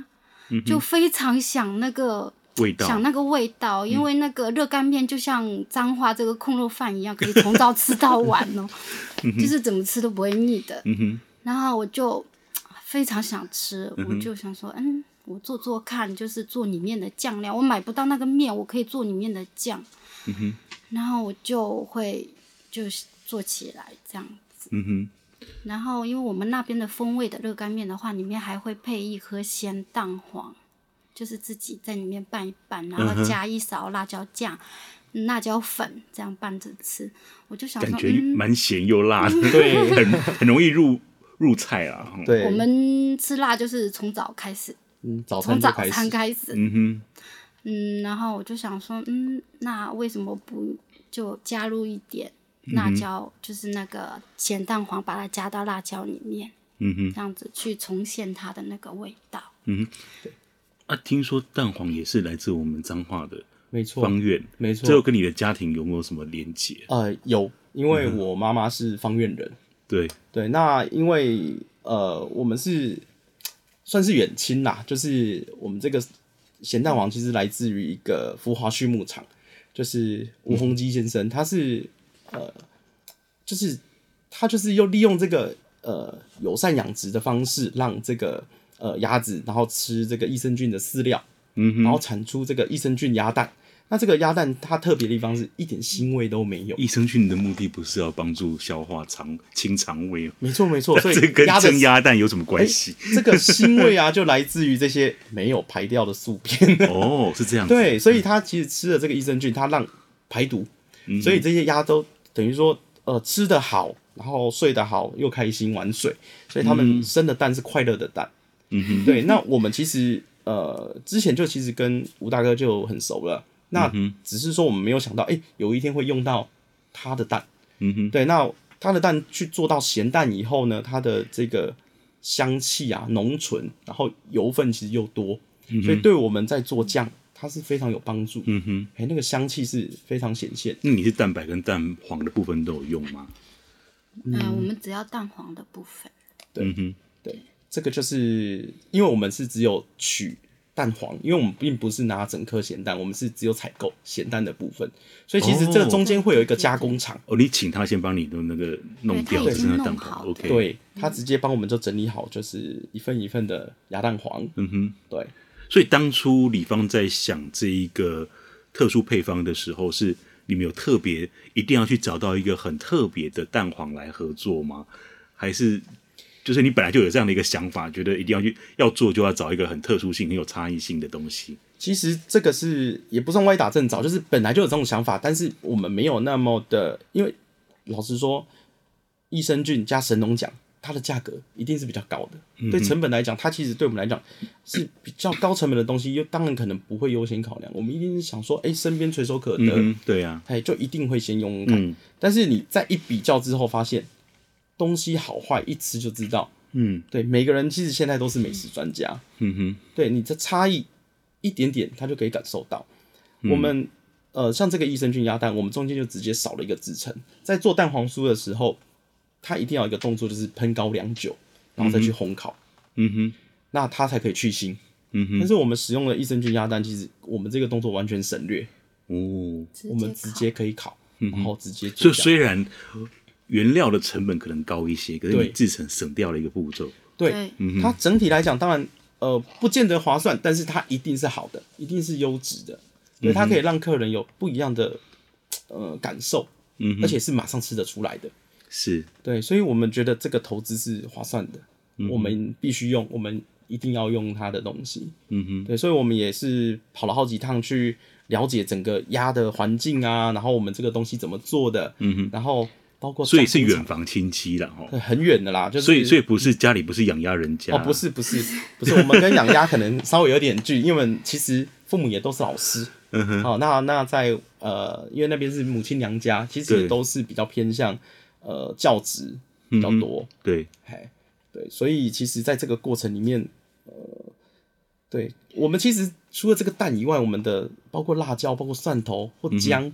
Speaker 1: 嗯哼
Speaker 3: 就非常想那个。
Speaker 1: 味道嗯
Speaker 3: 想那个味道，因为那个热干面就像彰化这个控肉饭一样，可以从早吃到晚 哦， 就是怎么吃都不会腻的。
Speaker 1: 嗯哼，
Speaker 3: 然后我就呃非常想吃，我就想说，嗯，我做做看，就是做里面的酱料。我买不到那个面，我可以做里面的酱。
Speaker 1: 嗯哼。
Speaker 3: 然后我就会就是做起来这样。
Speaker 1: 嗯哼，
Speaker 3: 然后因为我们那边的风味的热干面的话，里面还会配一颗咸蛋黄，就是自己在里面拌一拌，然
Speaker 1: 嗯
Speaker 3: 后
Speaker 1: 哼
Speaker 3: 加一勺辣椒酱。辣椒粉这样拌着吃，我就想
Speaker 1: 感
Speaker 3: 说，
Speaker 1: 觉
Speaker 3: 嗯，
Speaker 1: 蛮咸又辣的，
Speaker 2: 嗯对
Speaker 1: 很很容易入入菜啦。嗯，
Speaker 2: 对，
Speaker 3: 我们吃辣就是从早开始，
Speaker 1: 哦
Speaker 2: 嗯早
Speaker 3: 从
Speaker 2: 餐就
Speaker 3: 早
Speaker 2: 开
Speaker 3: 餐
Speaker 2: 始，
Speaker 3: 开始，
Speaker 1: 嗯
Speaker 3: 嗯，然后我就想说，嗯，那为什么不就加入一点
Speaker 1: 嗯
Speaker 3: 辣椒，就是那个咸蛋黄，把它加到辣椒里面，
Speaker 1: 哼，嗯哼，
Speaker 3: 这样子去重现它的那个味道。
Speaker 1: 啊，听说蛋黄也是来自我们彰化的
Speaker 2: 没错
Speaker 1: 方，苑，
Speaker 2: 没
Speaker 1: 这又
Speaker 2: 错，
Speaker 1: 跟你的家庭有没有什么连结？
Speaker 2: 呃，有，因为我妈妈是方院人，
Speaker 1: 对，
Speaker 2: 对，那因为呃，我们是算是远亲啦，就是我们这个咸蛋黄其实来自于一个福华畜牧场，就是吴宏基先生，他是呃，就是他就是又利用这个呃友善养殖的方式，让这个呃鸭子然后吃这个益生菌的饲料，
Speaker 1: 嗯哼，
Speaker 2: 然后产出这个益生菌鸭蛋。那这个鸭蛋它特别的地方是一点腥味都没有，
Speaker 1: 益生菌的目的不是要帮助消化肠清肠胃吗，
Speaker 2: 没错没 错，所以
Speaker 1: 这跟
Speaker 2: 鸭的
Speaker 1: 蒸鸭蛋有什么关系？
Speaker 2: 这个腥味啊，就来自于这些没有排掉的宿便。
Speaker 1: 哦，是这样子，
Speaker 2: 哎对，所以它其实吃了这个益生菌，它让排毒，
Speaker 1: 嗯哼，
Speaker 2: 所以这些鸭都等于说，呃，吃得好，然后睡得好，又开心玩水，所以它们生的蛋是快乐的蛋。
Speaker 1: 嗯哼，
Speaker 2: 对，那我们其实呃之前就其实跟吴大哥就很熟了，
Speaker 1: 嗯
Speaker 2: 那只是说我们没有想到，哎、有一天会用到他的蛋。
Speaker 1: 嗯哼，
Speaker 2: 对，那它的蛋去做到咸蛋以后呢，它的这个香气啊、浓醇，然后油分其实又多，所以对我们在做酱，它是非常有帮助。
Speaker 1: 嗯哼，
Speaker 2: 哎、那个香气是非常显现。
Speaker 1: 那你是蛋白跟蛋黄的部分都有用吗？
Speaker 3: 嗯、我们只要蛋黄的部分，
Speaker 1: 嗯哼，
Speaker 2: 对，这个就是因为我们是只有取蛋黄，因为我们并不是拿整颗咸蛋，我们是只有采购咸蛋的部分，所以其实这
Speaker 1: 哦
Speaker 2: 个中间会有一个加工厂。
Speaker 1: 哦，你请他先帮你弄那个弄掉
Speaker 3: 对
Speaker 1: 的那
Speaker 3: 他已经
Speaker 1: 个蛋
Speaker 3: 弄
Speaker 1: 黄
Speaker 3: 好了
Speaker 1: ，OK，，
Speaker 2: 对他直接帮我们就整理好，就是一份一份的鸭蛋黄。
Speaker 1: 嗯哼。
Speaker 2: 对，
Speaker 1: 所以当初李芳在想这一个特殊配方的时候，是你们有特别一定要去找到一个很特别的蛋黄来合作吗？还是就是你本来就有这样的一个想法，觉得一定要去要做就要找一个很特殊性、很有差异性的东西？
Speaker 2: 其实这个是也不算歪打正着，就是本来就有这种想法，但是我们没有那么的，因为老实说，益生菌加神农奖它的价格一定是比较高的。
Speaker 1: 嗯
Speaker 2: 对成本来讲，它其实对我们来讲是比较高成本的东西，又当然可能不会优先考量。我们一定是想说，哎、身边垂手可得，
Speaker 1: 嗯，对呀、
Speaker 2: 哎，就一定会先用用看。
Speaker 1: 嗯
Speaker 2: 但是你在一比较之后，发现东西好坏一吃就知道。
Speaker 1: 嗯
Speaker 2: 对，每个人其实现在都是美食专家，
Speaker 1: 嗯哼，
Speaker 2: 对你的差异一点点，他就可以感受到。
Speaker 1: 嗯
Speaker 2: 我们呃，像这个益生菌鸭蛋，我们中间就直接少了一个制成。在做蛋黄酥的时候，它一定要有一个动作，就是喷高粱酒，然后再去烘烤，
Speaker 1: 嗯哼，
Speaker 2: 那它才可以去腥。
Speaker 1: 嗯哼，
Speaker 2: 但是我们使用的益生菌鸭蛋，其实我们这个动作完全省略，
Speaker 1: 哦，
Speaker 2: 我们直接可以烤，然后直接
Speaker 1: 嗯所以
Speaker 2: 做这样。
Speaker 1: 虽然原料的成本可能高一些，可是你
Speaker 2: 对
Speaker 1: 制成省掉了一个步骤。
Speaker 2: 对
Speaker 3: 对，
Speaker 1: 嗯
Speaker 2: 它整体来讲，当然呃不见得划算，但是它一定是好的，一定是优质的，
Speaker 1: 嗯
Speaker 2: 对，它可以让客人有不一样的呃感受，
Speaker 1: 嗯哼
Speaker 2: 而且是马上吃得出来的，
Speaker 1: 是，
Speaker 2: 对，所以我们觉得这个投资是划算的，
Speaker 1: 嗯
Speaker 2: 我们必须用，我们一定要用它的东西，
Speaker 1: 嗯哼，
Speaker 2: 对，所以我们也是跑了好几趟去了解整个鸭的环境啊，然后我们这个东西怎么做的，嗯哼，然后包括
Speaker 1: 所以是
Speaker 2: 养
Speaker 1: 远房亲戚啦，哈。
Speaker 2: 对很远的啦，就是
Speaker 1: 所以，所以不是家里不是养鸭人家，
Speaker 2: 哦，不，是不是不是，我们跟养鸭可能稍微有点距离，因为我们其实父母也都是老师。
Speaker 1: 嗯哼，
Speaker 2: 哦，那那在呃，因为那边是母亲娘家，其实
Speaker 1: 对
Speaker 2: 也都是比较偏向呃教职比较多，
Speaker 1: 对，
Speaker 2: 嘿，对，所以其实在这个过程里面，呃，对我们其实除了这个蛋以外，我们的包括辣椒、包括蒜头或姜，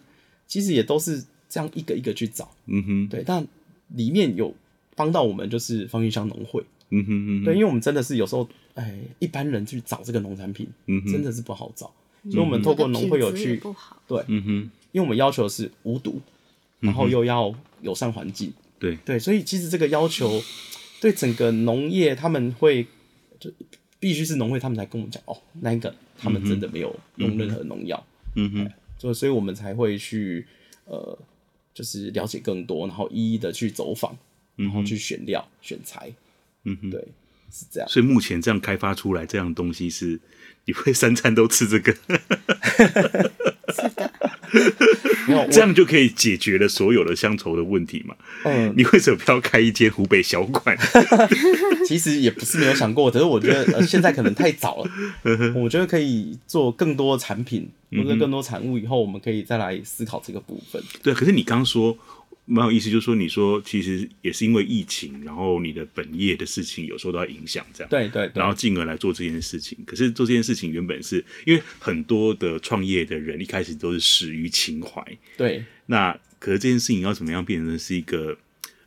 Speaker 2: 其实也都是这样一个一个去找。
Speaker 1: 嗯哼，
Speaker 2: 对，但里面有帮到我们就是方云香农会。
Speaker 1: 嗯哼嗯哼，
Speaker 2: 对，因为我们真的是有时候，哎，一般人去找这个农产品，
Speaker 1: 嗯哼
Speaker 2: 真的是不好找，所以我们
Speaker 3: 嗯
Speaker 2: 透过农会有去，
Speaker 3: 不好，
Speaker 2: 对，
Speaker 1: 嗯哼，
Speaker 2: 因为我们要求是无毒，然后又要友善环境，
Speaker 1: 对，
Speaker 2: 对，所以其实这个要求对整个农业他们会就必须是农会他们才跟我们讲哦，那一个他们真的没有用任何农药，
Speaker 1: 嗯哼，
Speaker 2: 所以所以我们才会去呃，就是了解更多，然后一一的去走访，然后去选料、选材，
Speaker 1: 嗯哼。
Speaker 2: 对，是这样。
Speaker 1: 所以目前这样开发出来这样的东西是，你会三餐都吃这个，
Speaker 3: 是的，
Speaker 2: 没有我
Speaker 1: 这样就可以解决了所有的乡愁的问题嘛？
Speaker 2: 嗯，
Speaker 1: 你为什么不要开一间湖北小馆？
Speaker 2: 其实也不是没有想过，只是我觉得、呃、现在可能太 早了。我觉得可以做更多产品或者更多产物，以后我们可以再来思考这个部分。
Speaker 1: 对，啊可是你刚说蛮有意思，就是说你说其实也是因为疫情，然后你的本业的事情有受到影响，这样。
Speaker 2: 对对对
Speaker 1: 然后进而来做这件事情，可是做这件事情原本是因为很多的创业的人一开始都是始于情怀，
Speaker 2: 对
Speaker 1: 那可是这件事情要怎么样变成是一个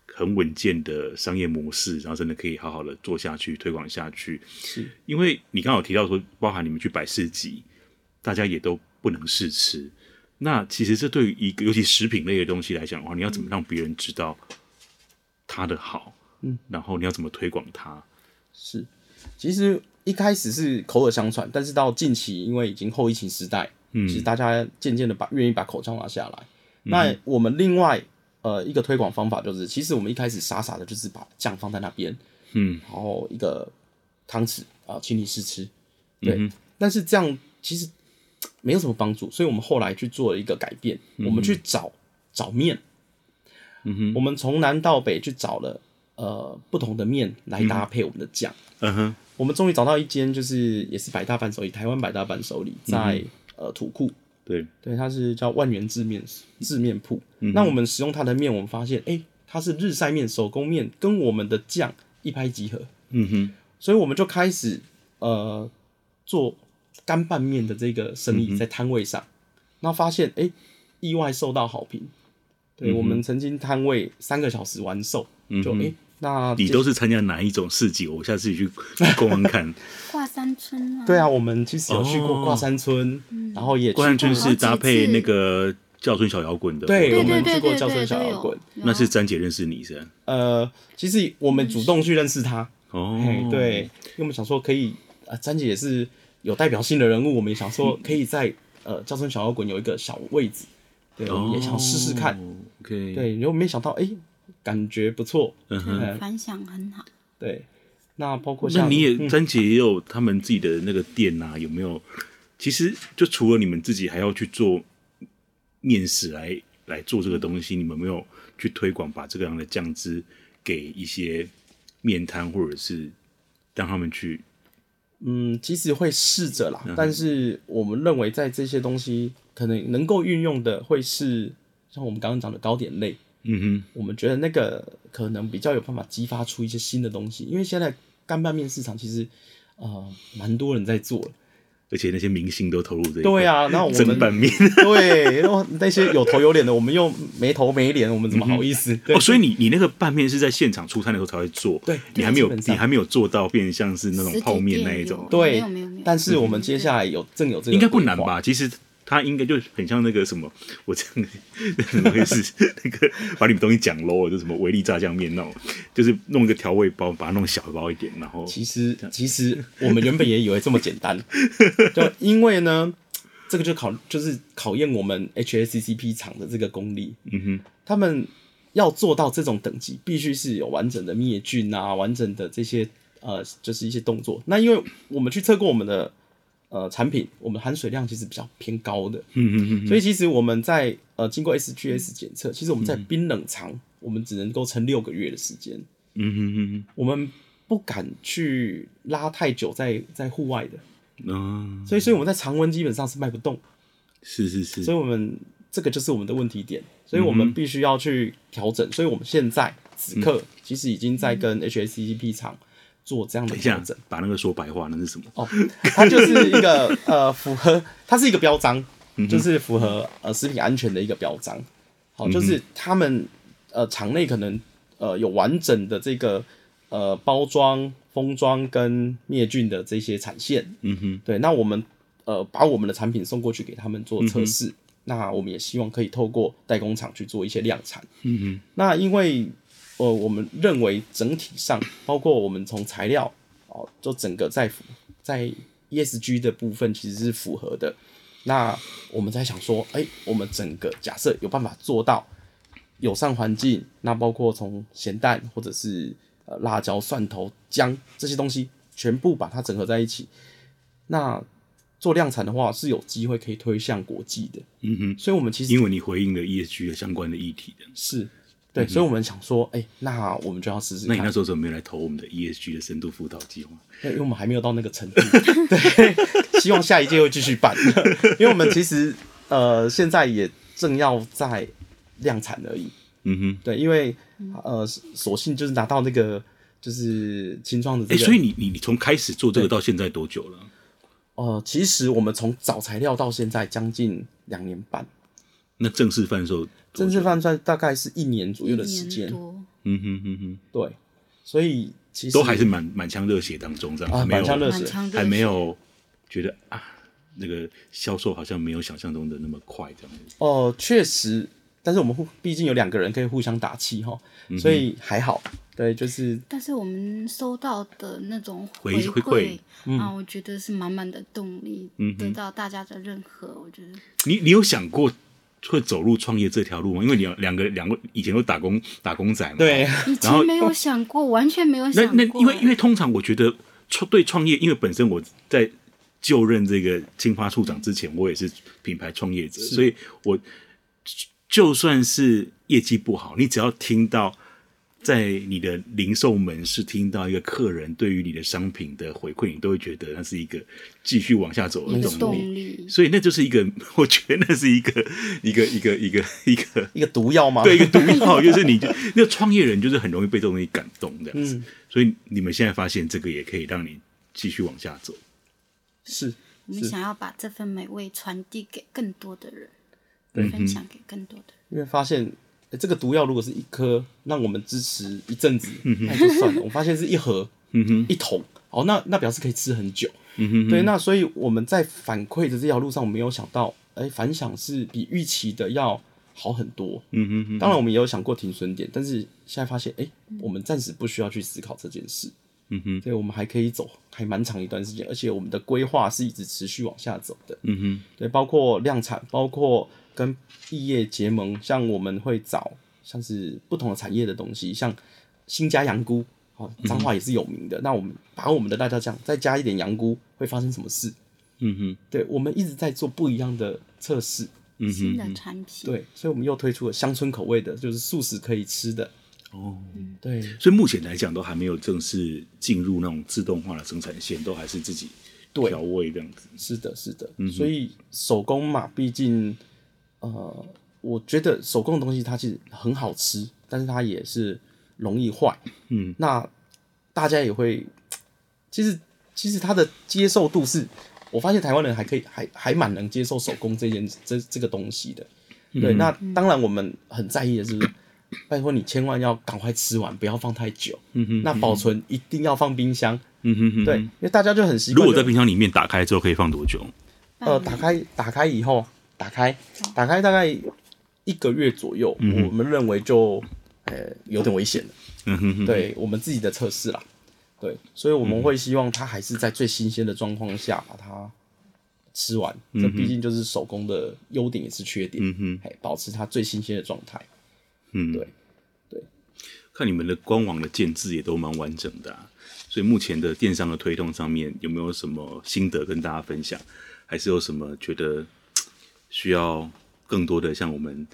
Speaker 1: 很稳健的商业模式，然后真的可以好好的做下去、推广下去？
Speaker 2: 是，
Speaker 1: 因为你刚好提到说，包含你们去百事集，大家也都不能试吃。那其实这对于一个尤其食品类的东西来讲的话，你要怎么让别人知道它的好？嗯，然后你要怎么推广它？
Speaker 2: 是。其实一开始是口耳相传，但是到近期，因为已经后疫情时代，嗯，其实大家渐渐的把愿意把口罩拿下来。
Speaker 1: 嗯
Speaker 2: 那我们另外呃一个推广方法就是，其实我们一开始傻傻的就是把酱放在那边，
Speaker 1: 嗯，
Speaker 2: 然后一个汤匙啊，请你试吃。对，
Speaker 1: 嗯
Speaker 2: 但是这样其实没有什么帮助，所以我们后来去做了一个改变，我们去找找面，嗯哼，我们从南到北去找了呃不同的面来搭配我们的酱。
Speaker 1: 嗯哼，
Speaker 2: 我们终于找到一间，就是也是百大伴手礼，台湾百大伴手礼，在、呃土库，
Speaker 1: 对，
Speaker 2: 对，它是叫万元制面制面铺。那我们使用它的面，我们发现，哎、它是日晒面、手工面，跟我们的酱一拍即合。
Speaker 1: 嗯哼，
Speaker 2: 所以我们就开始呃做干拌面的这个生
Speaker 1: 嗯
Speaker 2: 意在摊位上，然后发现哎、诶意外受到好评。
Speaker 1: 嗯
Speaker 2: 对、我们曾经摊位三个小时完售，就哎、诶那
Speaker 1: 你都是参加哪一种市集？我下次 去逛逛看。
Speaker 3: 挂山村啊，
Speaker 2: 对啊，我们其实有去
Speaker 1: 哦
Speaker 2: 过挂山村，然后也去
Speaker 1: 关山村
Speaker 2: 过
Speaker 1: 是搭配那个教村小摇滚的，
Speaker 2: 对
Speaker 3: 对哦
Speaker 2: 我
Speaker 3: 对
Speaker 2: 们
Speaker 3: 对
Speaker 2: 去过
Speaker 3: 对
Speaker 2: 教
Speaker 3: 对
Speaker 2: 村小
Speaker 3: 都
Speaker 2: 摇
Speaker 3: 有
Speaker 2: 滚，
Speaker 1: 那是詹姐认识你是吧？
Speaker 2: 呃，其实我们主动去认识他，
Speaker 1: 哦
Speaker 2: 哎、，对，因为我们想说可以啊，詹姐也是有代表性的人物，我们也想说可以在呃教村小摇滚有一个小位置，对，我
Speaker 1: 哦，
Speaker 2: 们也想试试看。
Speaker 1: OK，，
Speaker 2: 对，然后没想到，哎、感觉不错。
Speaker 1: 嗯哼。
Speaker 3: 嗯，反响很好，
Speaker 2: 对，那包括
Speaker 1: 那
Speaker 2: 像
Speaker 1: 你也
Speaker 2: 嗯
Speaker 1: 詹姐也有他们自己的那个店啊，有没有？其实就除了你们自己，还要去做面食来来做这个东西，你们有没有去推广把这个样的酱汁给一些面谈，或者是让他们去
Speaker 2: 嗯，其实会试着
Speaker 1: 嗯
Speaker 2: 啦，但是我们认为在这些东西可能能够运用的，会是像我们刚刚讲的糕点类，
Speaker 1: 嗯
Speaker 2: 我们觉得那个可能比较有办法激发出一些新的东西，因为现在干拌面市场其实呃蛮多人在做了，
Speaker 1: 哼，而且那些明星都投入这一
Speaker 2: 对
Speaker 1: 块
Speaker 2: 啊，那我
Speaker 1: 蒸拌
Speaker 2: 们
Speaker 1: 面
Speaker 2: 对，然后那些有头有脸的，我们又没头没脸，我们怎么好意思？对
Speaker 1: 哦，所以你你那个拌面是在现场出摊的时候才会做，
Speaker 2: 对
Speaker 1: 你还没有
Speaker 2: 基本
Speaker 1: 你
Speaker 2: 上
Speaker 1: 还没有做到变成像是那种
Speaker 3: 实体
Speaker 1: 泡面
Speaker 3: 店
Speaker 1: 那一
Speaker 3: 有
Speaker 1: 种，
Speaker 2: 对
Speaker 3: 哦没有没有没有，
Speaker 2: 但是我们接下来有正有这个
Speaker 1: 嗯应该不难
Speaker 2: 规划？
Speaker 1: 吧？其实它应该就很像那个什么，我这样我也是那个把你们东西讲 low 了，就什么维力炸酱面那种，就是弄一个调味包，把它弄小包一点，然后
Speaker 2: 其实其实我们原本也以为这么简 单，就因为呢，这个就考就是考验我们 HACCP 厂的这个功力。
Speaker 1: 嗯
Speaker 2: 他们要做到这种等级，必须是有完整的灭菌啊，完整的这些呃，就是一些动作。那因为我们去测过我们的呃产品，我们含水量其实比较偏高的，
Speaker 1: 哼，嗯嗯嗯，
Speaker 2: 所以其实我们在呃经过 SGS 检测，其实我们在冰冷藏，我们只能够撑六个月的时间，
Speaker 1: 嗯嗯
Speaker 2: 我们不敢去拉太久在在户外的，
Speaker 1: 嗯嗯，啊，
Speaker 2: 所以所以我们在常温基本上是卖不动。
Speaker 1: 是是是，
Speaker 2: 所以我们这个就是我们的问题点，所以我们必须要去调整。所以我们现在此刻其实已经在跟 HACCP 厂做这样的
Speaker 1: 等一
Speaker 2: 调
Speaker 1: 下
Speaker 2: 整。
Speaker 1: 把那个说白话，那是什么？
Speaker 2: 哦，它就是一个呃符合，它是一个标章，就是符合呃食品安全的一个标章。好，就是他们呃厂内可能呃有完整的这个呃包装、封装跟灭菌的这些产线，
Speaker 1: 嗯哼，
Speaker 2: 对，那我们呃把我们的产品送过去给他们做
Speaker 1: 嗯
Speaker 2: 测试，那我们也希望可以透过代工厂去做一些量产。
Speaker 1: 嗯
Speaker 2: 那因为呃我们认为整体上，包括我们从材料哦、就整个在符在 ESG 的部分其实是符合的。那我们在想说，哎、我们整个假设有办法做到友善环境，那包括从咸蛋或者是呃辣椒、蒜头、姜这些东西，全部把它整合在一起，那做量产的话是有机会可以推向国际的。
Speaker 1: 哼，嗯哼，
Speaker 2: 所以，我们其实
Speaker 1: 因为你回应了 ESG 的相关的议题的，
Speaker 2: 是对，所以我们想说，哎、那我们就要试试
Speaker 1: 嗯那你
Speaker 2: 看
Speaker 1: 那，时候怎么没有来投我们的 ESG 的深度辅导计划？
Speaker 2: 因为我们还没有到那个程度，对，希望下一届会继续办， 因为我们其实呃现在也正要在量产而已，
Speaker 1: 嗯哼。
Speaker 2: 对，因为
Speaker 3: 嗯
Speaker 2: 呃索性就是拿到那个就是清创的这
Speaker 1: 哎、
Speaker 2: 个，
Speaker 1: 所以你你你从开始做这个到现在多久了？
Speaker 2: 呃其实我们从找材料到现在将近两年半，
Speaker 1: 那正式贩售，
Speaker 2: 正式贩算大概是一年左右的
Speaker 3: 一
Speaker 2: 时
Speaker 3: 年
Speaker 2: 间，
Speaker 3: 多，
Speaker 1: 嗯哼嗯哼，
Speaker 2: 对，所以其实
Speaker 1: 都还是满满腔热血当中，这样
Speaker 2: 啊
Speaker 1: 还没有
Speaker 2: 满腔热血
Speaker 3: 满腔热
Speaker 1: 还没
Speaker 3: 血
Speaker 1: 有觉得啊，那个销售好像没有想象中的那么快，这样子。
Speaker 2: 哦，确实，但是我们互毕竟有两个人可以互相打气哈，
Speaker 1: 嗯
Speaker 2: 所以还好。对，就是
Speaker 3: 但是我们收到的那种
Speaker 1: 回
Speaker 3: 馈
Speaker 1: 回馈
Speaker 2: 嗯
Speaker 3: 啊，我觉得是满满的动力，得到大家的认可，我觉 得
Speaker 1: 你你有想过会走入创业这条路吗？因为你有两个两个以前都打工打工仔嘛，
Speaker 2: 对，
Speaker 3: 以
Speaker 1: 然后
Speaker 3: 前没有想过，完全没有
Speaker 1: 那
Speaker 3: 想过。
Speaker 1: 那因为因为通常我觉得创对创业，因为本身我在就任这个青花处长之前，我也是品牌创业者，所以我就就算是业绩不好，你只要听到在你的零售门市听到一个客人对于你的商品的回馈，你都会觉得那是一个继续往下走的
Speaker 3: 一个
Speaker 1: 动
Speaker 3: 动
Speaker 1: 力。
Speaker 3: 力，
Speaker 1: 所以那就是一个， 我觉得那是一个一个一个一个一个
Speaker 2: 一个毒药 嘛。
Speaker 1: 对一个毒药，就是你就那个创业人就是很容易被这种东西感动这样子。所以你们现在发现这个也可以让你继续往下走。
Speaker 2: 是
Speaker 3: 我们
Speaker 2: 是
Speaker 3: 想要把这份美味传递给更多的人，
Speaker 2: 对嗯
Speaker 3: 分享给更多的人。
Speaker 2: 因为发现、诶这个毒药如果是一颗，让我们支持一阵子，
Speaker 1: 嗯
Speaker 2: 那也就算了。我发现是一盒，一桶，哦，那那表示可以吃很久。
Speaker 1: 嗯
Speaker 2: 对，那所以我们在反馈的这条路上，我没有想到，哎、反响是比预期的要好很多。
Speaker 1: 嗯哼哼，
Speaker 2: 当然，我们也有想过停损点，但是现在发现，哎、我们暂时不需要去思考这件事。
Speaker 1: 嗯哼，
Speaker 2: 对，我们还可以走还蛮长一段时间，而且我们的规划是一直持续往下走的。
Speaker 1: 嗯哼，
Speaker 2: 对，包括量产，包括跟异业结盟，像我们会找像是不同的产业的东西，像新加羊菇，哦，彰化也是有名的。那我们把我们的辣椒酱再加一点羊菇，会发生什么事？
Speaker 1: 嗯哼，
Speaker 2: 对，我们一直在做不一样的测试。
Speaker 1: 嗯
Speaker 3: 新
Speaker 1: 哼，
Speaker 3: 的产品，
Speaker 2: 对，所以我们又推出了乡村口味的，就是素食可以吃的
Speaker 1: 哦，
Speaker 2: 对，
Speaker 1: 所以目前来讲都还没有正式进入那种自动化的生产线，都还是自己
Speaker 2: 对
Speaker 1: 调味这样子。
Speaker 2: 是的，是的。所以手工嘛，毕竟呃，我觉得手工的东西它其实很好吃，但是它也是容易坏。
Speaker 1: 嗯，
Speaker 2: 那大家也会，其实其实它的接受度是，我发现台湾人还可以还还蛮能接受手工这件这这个东西的。对，那当然我们很在意的是，拜托你千万要赶快吃完，不要放太久。嗯哼，那保存一定要放冰箱。
Speaker 1: 嗯哼哼，
Speaker 2: 对，因为大家就很习
Speaker 1: 如
Speaker 2: 惯。
Speaker 1: 果在冰箱里面打开之后可以放多久？
Speaker 2: 呃，打开打开以后，打开打开大概一个月左右，我们认为就呃有点危险了。
Speaker 1: 嗯哼哼，
Speaker 2: 对我们自己的测试啦，对，所以我们会希望它还是在最新鲜的状况下把它吃完。这毕竟就是手工的优点也是缺点，
Speaker 1: 嗯
Speaker 2: 哎，保持它最新鲜的状态。
Speaker 1: 嗯
Speaker 2: 对对。
Speaker 1: 看你们的官网的建制也都蛮完整的、啊，所以目前的电商的推动上面有没有什么心得跟大家分享？还是有什么觉得需要更多的像我们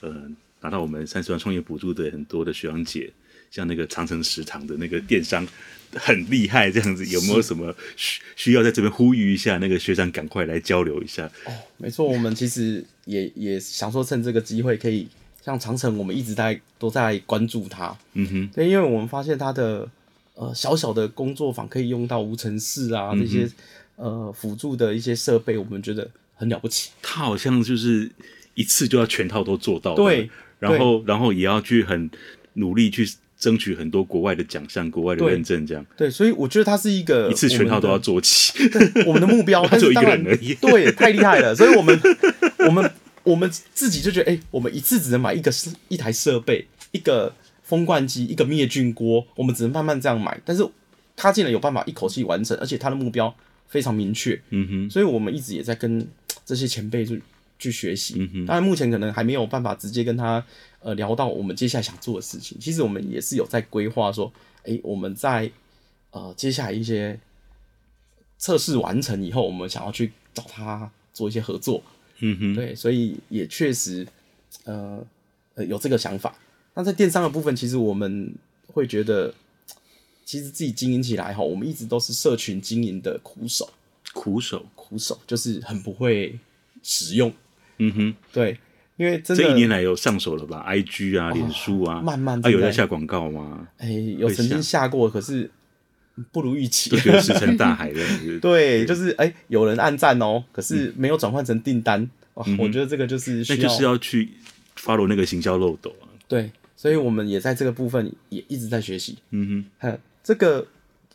Speaker 1: 呃拿到我们三十万创业补助的很多的学长姐，像那个长城食堂的那个电商很厉害这样子，有没有什么需需要在这边呼吁一下那个学长赶快来交流一下？
Speaker 2: 没错，我们其实也 也想说趁这个机会可以，像长城，我们一直在都在关注它。
Speaker 1: 嗯哼，
Speaker 2: 对，因为我们发现它的呃小小的工作坊可以用到无尘室啊、
Speaker 1: 嗯
Speaker 2: 这些呃辅助的一些设备，我们觉得很了不起。
Speaker 1: 他好像就是一次就要全套都做到，
Speaker 2: 对，
Speaker 1: 然后然后也要去很努力去争取很多国外的奖项、国外的
Speaker 2: 对
Speaker 1: 认证，这样
Speaker 2: 对，所以我觉得它是一个
Speaker 1: 一次全套都要做起。
Speaker 2: 我们的目标，
Speaker 1: 他
Speaker 2: 但
Speaker 1: 只有一
Speaker 2: 是
Speaker 1: 个
Speaker 2: 当然
Speaker 1: 人而已
Speaker 2: 对，太厉害了。所以我们 我们我们自己就觉得，哎、我们一次只能买一个设一台设备，一个风罐机，一个灭菌锅，我们只能慢慢这样买。但是他竟然有办法一口气完成，而且他的目标非常明确，
Speaker 1: 嗯哼，
Speaker 2: 所以我们一直也在跟这些前辈去去学习。当然，目前可能还没有办法直接跟他呃聊到我们接下来想做的事情。其实我们也是有在规划说，诶，我们在呃接下来一些测试完成以后，我们想要去找他做一些合作。
Speaker 1: 嗯哼，
Speaker 2: 对，所以也确实呃呃有这个想法。那在电商的部分，其实我们会觉得。其实自己经营起来哈，我们一直都是社群经营的苦手，
Speaker 1: 苦手。
Speaker 2: 苦手，就是很不会使用。
Speaker 1: 嗯哼，
Speaker 2: 对，因为真的
Speaker 1: 这一年来有上手了吧？IG 啊，脸书啊，
Speaker 2: 慢慢
Speaker 1: 啊有
Speaker 2: 正
Speaker 1: 在
Speaker 2: 在
Speaker 1: 下广告吗？
Speaker 2: 哎、有曾经下过，可是不如预期
Speaker 1: 就。觉得石沉大海 的。
Speaker 2: 对，就是哎、有人按赞哦，可是没有转换成订单。哇，我觉得这个就是
Speaker 1: 嗯那
Speaker 2: 需
Speaker 1: 就是要去 follow 那个行销漏斗啊。
Speaker 2: 对，所以我们也在这个部分也一直在学习。
Speaker 1: 嗯
Speaker 2: 哼，这个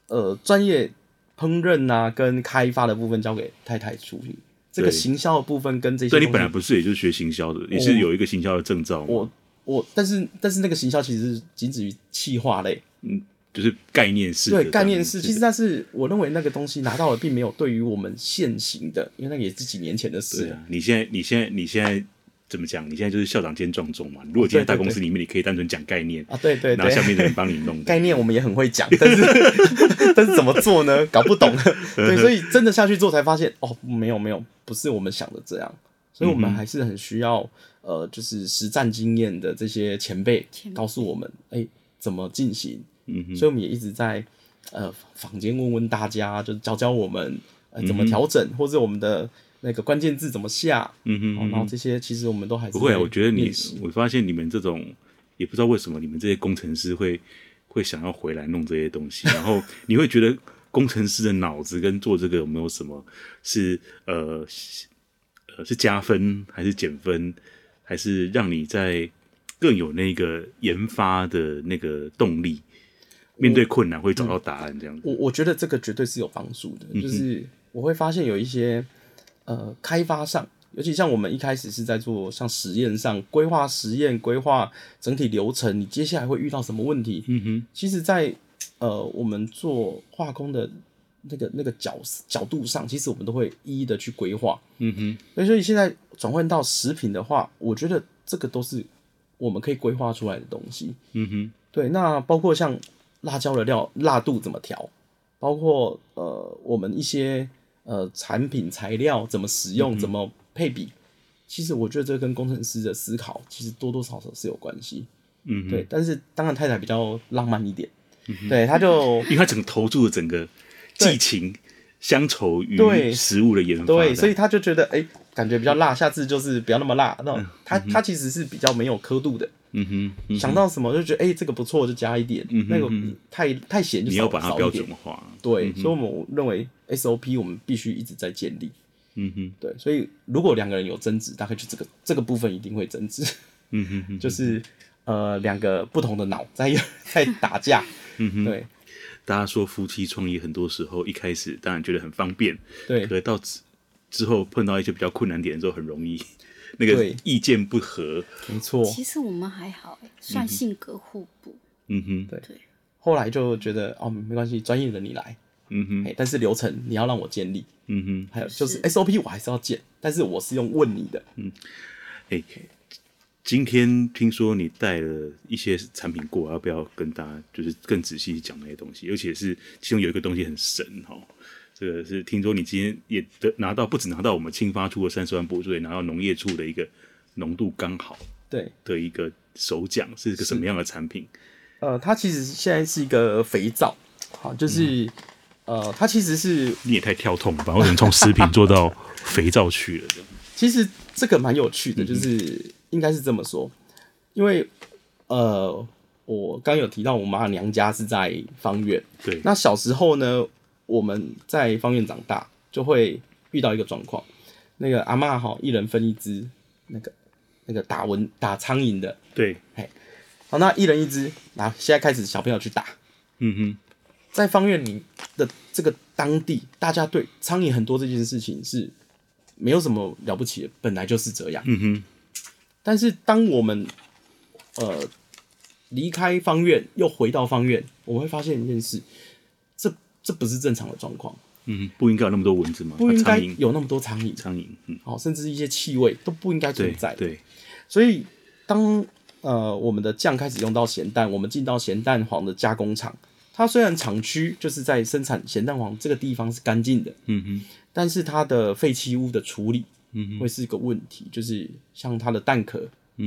Speaker 2: 呃专业烹饪啊跟开发的部分交给太太处理，这个
Speaker 1: 对
Speaker 2: 行销的部分跟这
Speaker 1: 哼，
Speaker 2: 些
Speaker 1: 所以你
Speaker 2: 东
Speaker 1: 本来
Speaker 2: 西
Speaker 1: 不是也就是学行销的，也是有一个行销的证照嘛，
Speaker 2: 我我但是但是那个行销其实是仅止于企划类，
Speaker 1: 就是概念式的这
Speaker 2: 对
Speaker 1: 样子。
Speaker 2: 概念是，其实但是我认为那个东西拿到了，并没有对于我们现行的，因为那个也是几年前的事
Speaker 1: 对
Speaker 2: 了。
Speaker 1: 啊，你现在你现在你现在怎么讲？你现在就是校长兼撞钟嘛。如
Speaker 2: 哦
Speaker 1: 果今天大公司里面，你可以单纯讲概念，
Speaker 2: 啊，对对
Speaker 1: 然后下
Speaker 2: 对，
Speaker 1: 面的人帮你弄
Speaker 2: 概念我们也很会讲，但是 但是怎么做呢？搞不
Speaker 1: 嗯
Speaker 2: 懂。对，所以真的下去做才发现，哦，没有没有，不是我们想的这样。所以我们
Speaker 1: 嗯
Speaker 2: 还是很需要，呃，就是实战经验的这些前辈
Speaker 3: 前辈
Speaker 2: 告诉我们，哎、怎么进行。
Speaker 1: 嗯
Speaker 2: 所以我们也一直在呃坊间问问大家，就教教我们、呃、
Speaker 1: 嗯
Speaker 2: 怎么调整，或者我们的那个关键字怎么下，
Speaker 1: 嗯哼
Speaker 2: 哦，然后这些其实我们都还是
Speaker 1: 不会啊，我觉得你
Speaker 2: 练习，
Speaker 1: 我发现你们这种，也不知道为什么你们这些工程师会会想要回来弄这些东西，然后 你会觉得工程师的脑子跟做这个有没有什么是呃是呃是加分还是减分，还是让你在更有那个研发的那个动力？面对困难会找到答案，这样子。
Speaker 2: 我我觉得这个绝对是有帮助
Speaker 1: 嗯
Speaker 2: 的，就是我会发现有一些呃开发上。尤其像我们一开始是在做像实验上规划实验规划整体流程，你接下来会遇到什么问题？
Speaker 1: 嗯哼，
Speaker 2: 其实在，呃我们做化工的那个那个角角度上，其实我们都会一一的去规划。
Speaker 1: 嗯哼，
Speaker 2: 所以所以现在转换到食品的话，我觉得这个都是我们可以规划出来的东西。
Speaker 1: 嗯哼，
Speaker 2: 对，那包括像辣椒的料辣度怎么调，包括呃我们一些呃产品材料怎么使
Speaker 1: 嗯
Speaker 2: 用、怎么配比，其实我觉得这跟工程师的思考其实多多少少是有关系。
Speaker 1: 嗯，
Speaker 2: 对，，但是当然太太比较浪漫一点，对，她就
Speaker 1: 因为他整个投注了整个
Speaker 2: 对
Speaker 1: 寄情、乡愁与
Speaker 2: 对
Speaker 1: 食物的研发，
Speaker 2: 对，所
Speaker 1: 以
Speaker 2: 以她就觉得哎、感觉比较辣，下次就是不要那么辣。那种她她其实是比较没有刻度的，
Speaker 1: 嗯哼，嗯哼
Speaker 2: 想到什么就觉得哎、这个不错就加一点，
Speaker 1: 嗯哼
Speaker 2: 那个
Speaker 1: 嗯
Speaker 2: 太太咸就
Speaker 1: 你
Speaker 2: 少
Speaker 1: 要把它
Speaker 2: 少
Speaker 1: 标
Speaker 2: 一点
Speaker 1: 准。化，
Speaker 2: 对，所以我们认为 SOP 我们必须一直在建立。
Speaker 1: 嗯哼，
Speaker 2: 对，所以如果两个人有争执，大概就这个这个部分一定会争执，
Speaker 1: 嗯哼哼，
Speaker 2: 就是呃两个不同的脑在 在打架。嗯对
Speaker 1: 大家说夫妻创业很多时候一开始当然觉得很方便，
Speaker 2: 对
Speaker 1: 可是到之之后碰到一些比较困难点的时候，很容易 那个
Speaker 2: 对
Speaker 1: 意见不合，
Speaker 2: 没错。
Speaker 3: 其实我们还好，欸
Speaker 2: 嗯
Speaker 3: 算性格互补。
Speaker 1: 嗯哼，
Speaker 2: 对
Speaker 3: 对，
Speaker 2: 后来就觉得哦没关系，专业的你来，
Speaker 1: 嗯哼，
Speaker 2: 哎，但是流程你要让我建立，
Speaker 1: 嗯哼，
Speaker 2: 还有就是是 SOP 我还是要建，但是我是用问你的。
Speaker 1: 哎、今天听说你带了一些产品过，要不要跟大家就是更仔细讲那些东西？而且是其中有一个东西很神哦，这个是听说你今天也得拿到，不止拿到我们青发处的三十万博助，也拿到农业处的一个浓度刚好
Speaker 2: 对，
Speaker 1: 的一个首奖，是一个什么样的产品？
Speaker 2: 呃，它其实现在是一个肥皂，好，
Speaker 1: 嗯
Speaker 2: 就是、呃，它其实是
Speaker 1: 你也太跳痛了吧！我怎么从食品做到肥皂去了？这样
Speaker 2: 其实这个蛮有趣的，就是应该是这么说，因为呃，我刚有提到我妈娘家是在方院，
Speaker 1: 对，
Speaker 2: 那小时候呢，我们在方院长大，就会遇到一个状况，那个阿嬷哈，一人分一只那个那个打蚊打苍蝇的，
Speaker 1: 对，
Speaker 2: 好，那一人一只，然后现在开始小朋友去打，
Speaker 1: 嗯
Speaker 2: 在方院里的这个当地，大家对苍蝇很多这件事情是没有什么了不起的，本来就是这样。
Speaker 1: 哼，嗯哼，
Speaker 2: 但是当我们呃离开方院，又回到方院，我们会发现一件事，这这不是正常的状况，
Speaker 1: 嗯哼，不应该有那么多蚊子吗？
Speaker 2: 不应该
Speaker 1: 啊苍蝇，
Speaker 2: 有那么多苍蝇，
Speaker 1: 苍蝇，嗯，
Speaker 2: 好、甚至一些气味都不应该
Speaker 1: 对
Speaker 2: 存在。
Speaker 1: 对，
Speaker 2: 所以当呃我们的酱开始用到咸蛋，我们进到咸蛋黄的加工厂，它虽然厂区就是在生产咸蛋黄这个地方是干净的，
Speaker 1: 嗯哼，
Speaker 2: 但是它的废弃物的处理
Speaker 1: 嗯哼。嗯
Speaker 2: 会是一个问题，就是像它的蛋壳，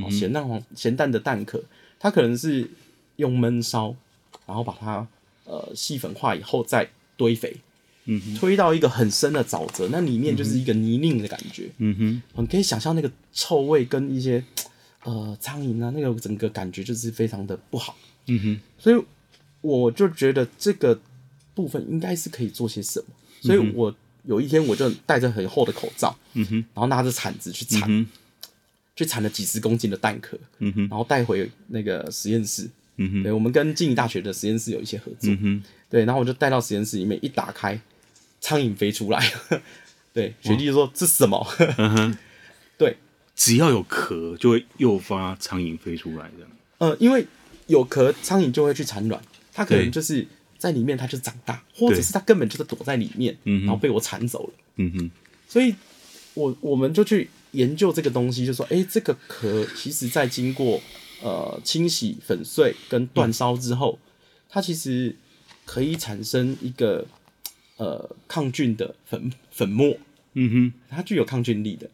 Speaker 2: 哦咸蛋黄咸蛋的蛋壳，它可能是用焖烧，然后把它呃细粉化以后再堆肥，
Speaker 1: 嗯
Speaker 2: 推到一个很深的沼泽，那里面就是一个泥泞的感觉，
Speaker 1: 嗯哼，
Speaker 2: 你可以想象那个臭味跟一些呃苍蝇啊，那个整个感觉就是非常的不好，
Speaker 1: 嗯哼，
Speaker 2: 所以我就觉得这个部分应该是可以做些什么，所以我有一天我就戴着很厚的口罩，
Speaker 1: 嗯哼，
Speaker 2: 然后拿着铲子去
Speaker 1: 嗯
Speaker 2: 铲，
Speaker 1: 哼，
Speaker 2: 去铲了几十公斤的蛋壳，
Speaker 1: 嗯哼，
Speaker 2: 然后带回那个实验室。
Speaker 1: 嗯哼，
Speaker 2: 对，我们跟静宜大学的实验室有一些合作。
Speaker 1: 嗯哼，
Speaker 2: 对，然后我就带到实验室里面，一打开，苍蝇飞出来。 对，学弟就说这是什么？
Speaker 1: 嗯哼，
Speaker 2: 对，
Speaker 1: 只要有壳就会诱发苍蝇飞出来，这样。
Speaker 2: 呃，因为有壳，苍蝇就会去产卵，它可
Speaker 1: 对
Speaker 2: 能就是在里面，它就长大，或者
Speaker 1: 对
Speaker 2: 是它根本就是躲在里面，
Speaker 1: 嗯哼
Speaker 2: 然后被我铲走了。
Speaker 1: 嗯哼，
Speaker 2: 所以我我们就去研究这个东西，就说，哎、这个壳其实在经过呃清洗、粉碎跟
Speaker 1: 嗯
Speaker 2: 煅烧之后，它其实可以产生一个呃抗菌的粉粉末，
Speaker 1: 嗯
Speaker 2: 它具有抗菌力的。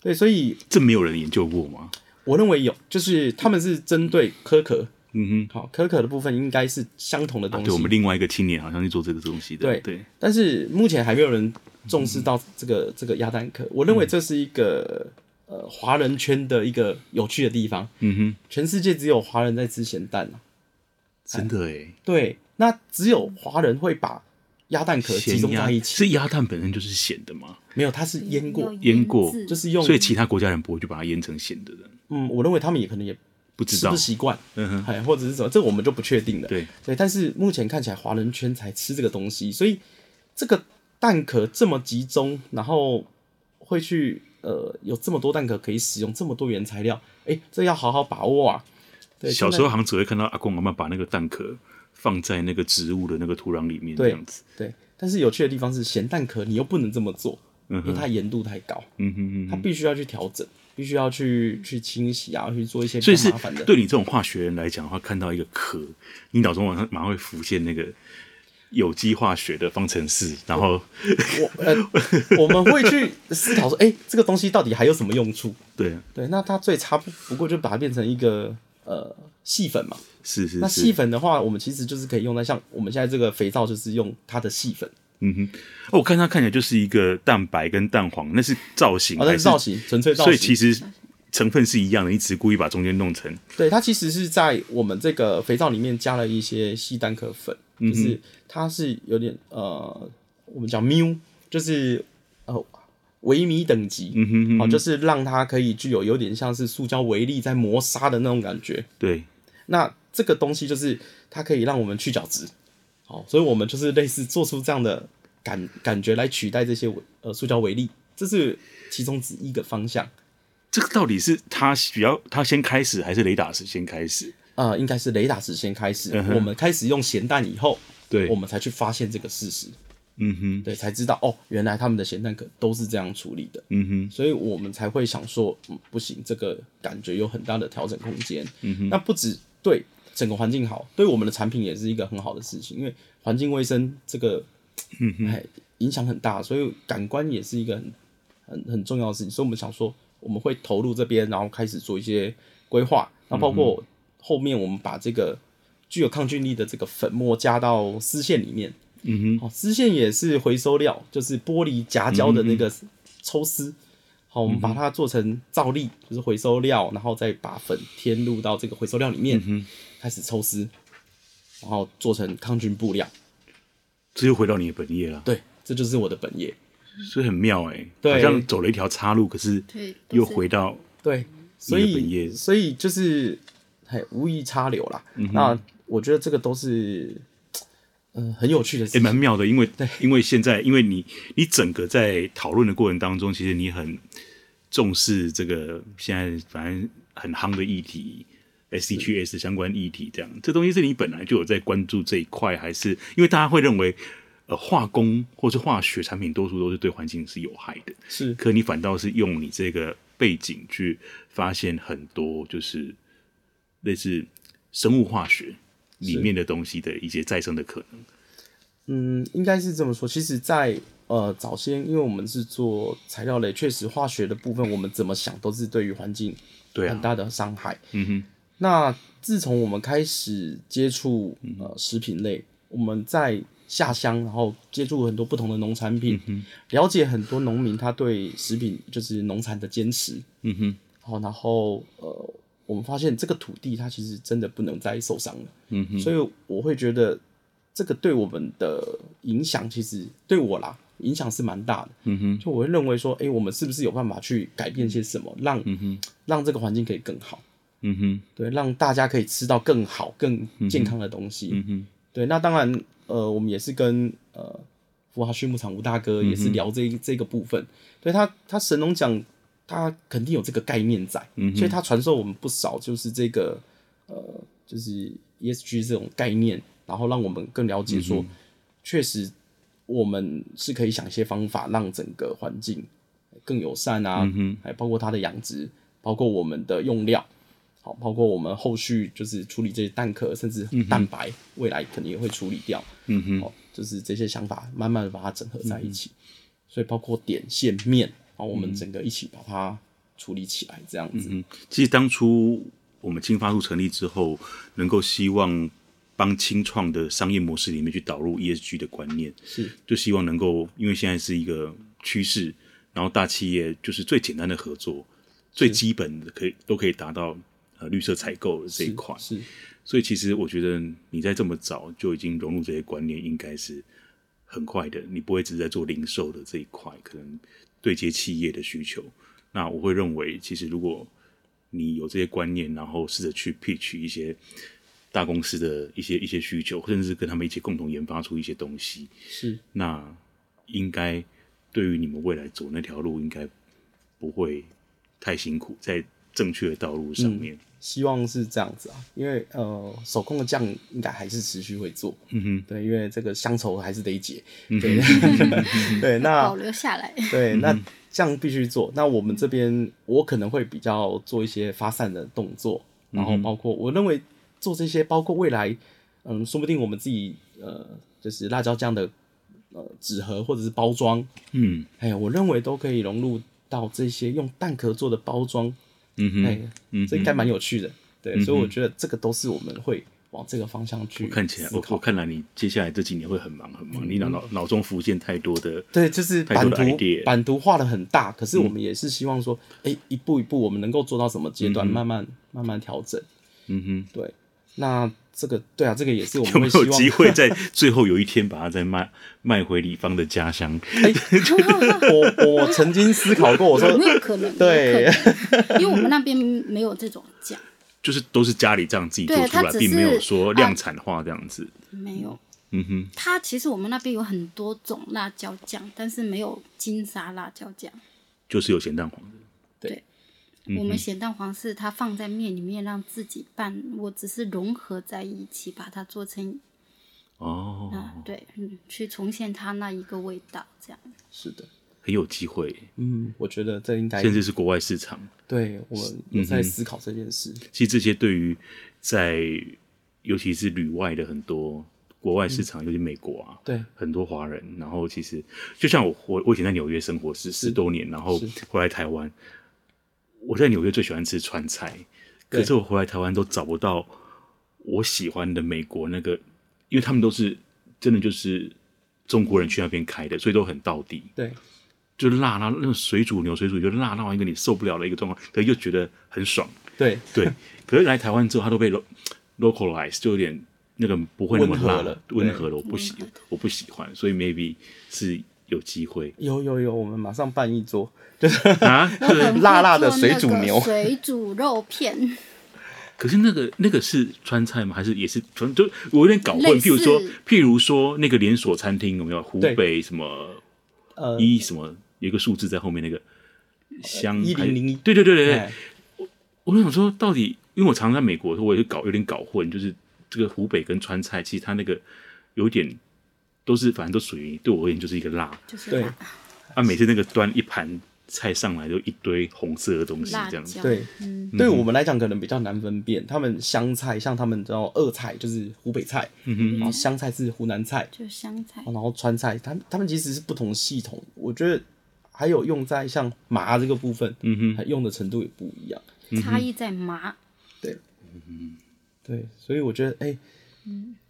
Speaker 2: 对，所以
Speaker 1: 哼，这没有人研究过吗？
Speaker 2: 我认为有，就是他们是针对壳壳，
Speaker 1: 嗯
Speaker 2: 好，壳壳的部分应该是相同的
Speaker 1: 哼，
Speaker 2: 东
Speaker 1: 啊，
Speaker 2: 西。
Speaker 1: 对我们另外一个青年好像是做这个东西的，
Speaker 2: 对
Speaker 1: 对，
Speaker 2: 但是目前还没有人重视到这个、
Speaker 1: 嗯
Speaker 2: 这个鸭蛋壳。我认为这是一个、呃华人圈的一个有趣的地方，
Speaker 1: 嗯哼，
Speaker 2: 全世界只有华人在吃咸蛋啊。
Speaker 1: 真的哎，
Speaker 2: 对，那只有华人会把鸭蛋壳集
Speaker 1: 咸
Speaker 2: 中
Speaker 1: 鸭
Speaker 2: 在一起，
Speaker 1: 是鸭蛋本身就是咸的嘛，
Speaker 2: 没有，它是腌过，
Speaker 3: 有
Speaker 1: 腌过
Speaker 3: 渍
Speaker 2: 就是用
Speaker 1: 所以其他国家人不会去把它腌成咸的的，
Speaker 2: 嗯，我认为他们也可能也
Speaker 1: 不知
Speaker 2: 吃
Speaker 1: 道
Speaker 2: 不，习惯，
Speaker 1: 嗯哼，
Speaker 2: 哎，或者是什么，这我们就不确定了。
Speaker 1: 对，
Speaker 2: 对，但是目前看起来华人圈才吃这个东西，所以这个蛋壳这么集中，然后会去呃有这么多蛋壳可以使用，这么多原材料，哎，这要好好把握啊。对，
Speaker 1: 小
Speaker 2: 现在
Speaker 1: 时候好像只会看到阿公阿嬷把那个蛋壳放在那个植物的那个土壤里面这
Speaker 2: 对
Speaker 1: 样子，
Speaker 2: 对，但是有趣的地方是咸蛋壳你又不能这么做，
Speaker 1: 嗯
Speaker 2: 因为
Speaker 1: 哼，
Speaker 2: 它盐度太高，
Speaker 1: 嗯哼嗯
Speaker 2: 它
Speaker 1: 哼。
Speaker 2: 必须要去调整，必须要去去清洗啊，去做一些
Speaker 1: 所
Speaker 2: 比
Speaker 1: 以
Speaker 2: 较
Speaker 1: 是
Speaker 2: 麻烦的。
Speaker 1: 对你这种化学人来讲的话，看到一个壳，你脑中马上马上会浮现那个有机化学的方程式，然后
Speaker 2: 我呃，我们会去思考说，哎、这个东西到底还有什么用处？
Speaker 1: 对，
Speaker 2: 对，那它最差不不过就把它变成一个呃细粉嘛。
Speaker 1: 是是
Speaker 2: 那细
Speaker 1: 是，
Speaker 2: 粉的话，我们其实就是可以用在像我们现在这个肥皂，就是用它的细粉，
Speaker 1: 嗯哼，哦，我看它看起来就是一个蛋白跟蛋黄，那是造型
Speaker 2: 啊，
Speaker 1: 还
Speaker 2: 那
Speaker 1: 是
Speaker 2: 是造型，纯粹造型。
Speaker 1: 所以其实成分是一样的，你只是故意把中间弄成
Speaker 2: 对，它其实是在我们这个肥皂里面加了一些细蛋壳粉，
Speaker 1: 嗯
Speaker 2: 就是它是有点呃，我们讲 mu，就是呃微米等级，嗯哼好、就是让它可以具有有点像是塑胶微粒在磨砂的那种感觉。
Speaker 1: 对，
Speaker 2: 那这个东西就是它可以让我们去角质，好、所以我们就是类似做出这样的感感觉来取代这些微呃塑胶微粒，这是其中之一个方向。
Speaker 1: 这个到底是他比较他先开始，还是雷达是先开始？
Speaker 2: 啊，应该是雷达时先开始，
Speaker 1: 嗯哼
Speaker 2: 我们开始用咸蛋以后，
Speaker 1: 对
Speaker 2: 我们才去发现这个事实，
Speaker 1: 嗯哼，
Speaker 2: 对，才知道哦，原来他们的咸蛋壳都是这样处理的，
Speaker 1: 嗯哼，
Speaker 2: 所以我们才会想说，嗯，不行，这个感觉有很大的调整空间。嗯哼，那不止对整个环境好，对我们的产品也是一个很好的事情，因为环境卫生这个，嗯哼，哎，影响很大，所以感官也是一个很很很重要的事情，所以我们想说，我们会投入这边，然后开始做一些规划，那包括后面我们把这个具有抗菌力的这个粉末加到丝线里面。嗯哼，好，丝线也是回收料，就是玻璃夹胶
Speaker 1: 嗯
Speaker 2: 的那个抽丝。好，我们把它做成皂
Speaker 1: 嗯
Speaker 2: 粒，就是回收料，然后再把粉添入到这个回收料里面，
Speaker 1: 嗯
Speaker 2: 开始抽丝，然后做成抗菌布料。
Speaker 1: 这又回到你的本业了，
Speaker 2: 对，这就是我的本业。
Speaker 1: 所以很妙哎、
Speaker 2: 对
Speaker 1: 好像走了一条岔路，可是
Speaker 3: 对都是
Speaker 1: 又回到
Speaker 2: 对，所
Speaker 1: 你的本业嗯
Speaker 2: 以所以就是嘿，无意插柳啦。那我觉得这个都是嗯、呃很有趣的事
Speaker 1: 也
Speaker 2: 情。
Speaker 1: 欸蛮妙的，因为因为现在因为你你整个在讨论的过程当中，其实你很重视这个现在反正很夯的议题。S D G S 相关议题，这样这东西是你本来就有在关注这一块，还是因为大家会认为，呃，化工或是化学产品多数都是对环境是有害的，
Speaker 2: 是
Speaker 1: 可你反倒是用你这个背景去发现很多就是类似生物化学里面的东西的一些再生的可能。
Speaker 2: 嗯，应该是这么说。其实在，呃早先，因为我们是做材料类，确实化学的部分，我们怎么想都是对于环境
Speaker 1: 对啊
Speaker 2: 很大的伤害。
Speaker 1: 嗯哼，
Speaker 2: 那自从我们开始接触
Speaker 1: 嗯
Speaker 2: 呃食品类，我们在下乡，然后接触很多不同的农产品，
Speaker 1: 嗯
Speaker 2: 了解很多农民他对食品就是农产的坚持。
Speaker 1: 嗯哼，
Speaker 2: 好，然后呃，我们发现这个土地它其实真的不能再受伤了。嗯哼，所以我会觉得这个对我们的影响，其实对我啦。影响是蛮大的，嗯哼，就我会认为说，哎、我们是不是有办法去改变些什么，让、让这个环境可以更好？
Speaker 1: 嗯哼，
Speaker 2: 对，让大家可以吃到更好、更健康的东西。嗯
Speaker 1: 哼
Speaker 2: 对，那当然，呃，我们也是跟呃福华畜牧场吴大哥也是聊这一、这个部分。对他，他神农奖他肯定有这个概念在，所以他传授我们不少，就是这个呃，就是 ESG 这种概念，然后让我们更了解说，确、实我们是可以想一些方法，让整个环境更友善啊，还包括它的养殖，包括我们的用料。好，包括我们后续就是处理这些蛋壳，甚至蛋白，未来肯定也会处理掉。嗯哼，嗯哦，就是这些想法，慢慢的把它整合在一起。所以包括点、线、面，然后我们整个一起把它处理起来，这样子。
Speaker 1: 其实当初我们青发处成立之后，能够希望帮青创的商业模式里面去导入 ESG 的观念，
Speaker 2: 是
Speaker 1: 就希望能够，因为现在是一个趋势，然后大企业就是最简单的合作，最基本的可以都可以达到呃绿色采购的这一块。
Speaker 2: 是
Speaker 1: 所以其实我觉得你在这么早就已经融入这些观念，应该是很快的。你不会只是在做零售的这一块，可能对接企业的需求。那我会认为，其实如果你有这些观念，然后试着去 pitch 一些大公司的一些一些需求，甚至跟他们一起共同研发出一些东西，
Speaker 2: 是
Speaker 1: 那应该对于你们未来走那条路，应该不会太辛苦，在正确的道路上面。
Speaker 2: 希望是这样子啊，因为呃，手工的酱应该还是持续会做，嗯哼，嗯对，因为这个乡愁还是得解，对，对， 那
Speaker 3: 保留下来。
Speaker 2: 对，那
Speaker 1: 嗯
Speaker 2: 这样必须做。那我们这边，我可能会比较做一些发散的动作，
Speaker 1: 嗯
Speaker 2: 然后包括我认为做这些，包括未来，嗯，说不定我们自己呃，就是辣椒酱的呃纸盒或者是包装，
Speaker 1: 嗯
Speaker 2: 哎，我认为都可以融入到这些用蛋壳做的包装，哎
Speaker 1: 嗯哼。嗯
Speaker 2: 哎，这应该蛮有趣的。对，所以我觉得这个都是我们会往这个方向去
Speaker 1: 看起来
Speaker 2: 思
Speaker 1: 我
Speaker 2: 考嗯
Speaker 1: 我看来你接下来这几年会很忙很忙，你脑脑脑中浮现太多的
Speaker 2: 对，就是
Speaker 1: 太多
Speaker 2: 版
Speaker 1: 的
Speaker 2: 图
Speaker 1: idea 嗯
Speaker 2: 版图画的很大，可是我们也是希望说，哎、一步一步我们能够做到什么阶段，慢慢慢慢调整。
Speaker 1: 嗯
Speaker 2: 对，那这个对啊，这个也是我
Speaker 1: 哼，有
Speaker 2: 们
Speaker 1: 没
Speaker 2: 会希
Speaker 1: 有
Speaker 2: 望
Speaker 1: 机会 在最后有一天把它再卖卖回李芳的家乡？
Speaker 2: 我我我曾经思考过，我 说
Speaker 3: 有没有可 能？
Speaker 2: 对
Speaker 3: 有可 能，因为我们那边没有这种奖，
Speaker 1: 就是都是家里这样自己做
Speaker 3: 对
Speaker 1: 出来
Speaker 3: 它，只
Speaker 1: 并没有
Speaker 3: 是啊
Speaker 1: 说量产化这样子。
Speaker 3: 没有。
Speaker 1: 嗯哼，
Speaker 3: 它其实我们那边有很多种辣椒酱，但是没有金沙辣椒酱。
Speaker 1: 就是有咸蛋黄的。
Speaker 2: 嗯
Speaker 3: 我们咸蛋黄是它放在面里面让自己拌，我只是融合在一起，把它做成
Speaker 1: 哦，
Speaker 3: 啊、对，嗯，去重现它那一个味道，这样。
Speaker 2: 是的，
Speaker 1: 很有机会，
Speaker 2: 嗯，我觉得这应该
Speaker 1: 甚至是国外市场。
Speaker 2: 对我有在思考这件事，
Speaker 1: 其实这些对于在尤其是旅外的很多国外市场，尤其美国啊，
Speaker 2: 对
Speaker 1: 很多华人。然后其实就像我我我以前在纽约生活十十多年，然后回来台湾，我在纽约最喜欢吃川菜，
Speaker 2: 对
Speaker 1: 可是我回来台湾都找不到我喜欢的美国那个，因为他们都是真的就是中国人去那边开的，所以都很道地。
Speaker 2: 对
Speaker 1: 就辣到那种水煮牛水煮就辣到一个你受不了的一个状况，可是又觉得很爽，
Speaker 2: 对
Speaker 1: 对，可是来台湾之后，它都被 lo- localize，就有点那个不会那么
Speaker 2: 温和
Speaker 1: 辣
Speaker 2: 了
Speaker 1: 温
Speaker 2: 对
Speaker 1: 和了，我不喜，我不喜欢，所以 maybe 是有机 会
Speaker 2: 有有有，我们马上办一桌，
Speaker 1: 啊。对，
Speaker 2: 辣辣的
Speaker 3: 我很会
Speaker 2: 水煮
Speaker 3: 做那个
Speaker 2: 牛
Speaker 3: 水煮肉片，
Speaker 1: 可是那个那个是川菜吗？还是也是川？就我有点搞混。
Speaker 3: 类
Speaker 1: 譬如说
Speaker 3: 似，
Speaker 1: 譬如说那个连锁餐厅有没有湖
Speaker 2: 对
Speaker 1: 北什么
Speaker 2: 呃，
Speaker 1: 一什么有一个数字在后面那个香
Speaker 2: 1001
Speaker 1: 还是对对对对对
Speaker 2: 哎，
Speaker 1: 我就想说，到底因为我常常在美国，我也搞有点搞混，就是这个湖北跟川菜，其实它那个有点都是，反正都属于对我而言就是一个辣
Speaker 3: 就是
Speaker 2: 对
Speaker 3: 辣
Speaker 1: 啊。每次那个端一盘菜上来，就一堆红色的东西
Speaker 3: 辣
Speaker 1: 这样子
Speaker 3: 椒，。
Speaker 2: 对
Speaker 3: 嗯，
Speaker 2: 对我们来讲可能比较难分辨，他们湘菜像他们叫鄂菜就是湖北菜，
Speaker 1: 嗯
Speaker 2: 然后湘菜是湖南菜，
Speaker 3: 就香菜，
Speaker 2: 然后川菜，他们他们其实是不同系统，我觉得还有用在像麻这个部分，嗯哼，用的程度也不一样，
Speaker 1: 嗯
Speaker 3: 差异在麻。
Speaker 2: 对，所以我觉得哎、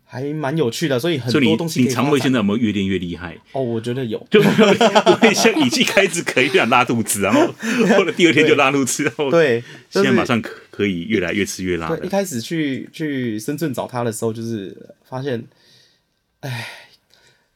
Speaker 2: 还蛮有趣的，所以很
Speaker 1: 所以
Speaker 2: 多
Speaker 1: 你
Speaker 2: 东西
Speaker 1: 你
Speaker 2: 可以发
Speaker 1: 肠胃
Speaker 2: 展
Speaker 1: 现在有没有越练越厉害？
Speaker 2: 哦，我觉得有，
Speaker 1: 就我也像一开始可以这样拉肚子， 然后后来第二天就拉肚子，然后
Speaker 2: 对，就
Speaker 1: 现在
Speaker 2: 是
Speaker 1: 马上可可以越来越吃越辣
Speaker 2: 对，一
Speaker 1: 的。
Speaker 2: 开始去去深圳找他的时候，就是发现，哎，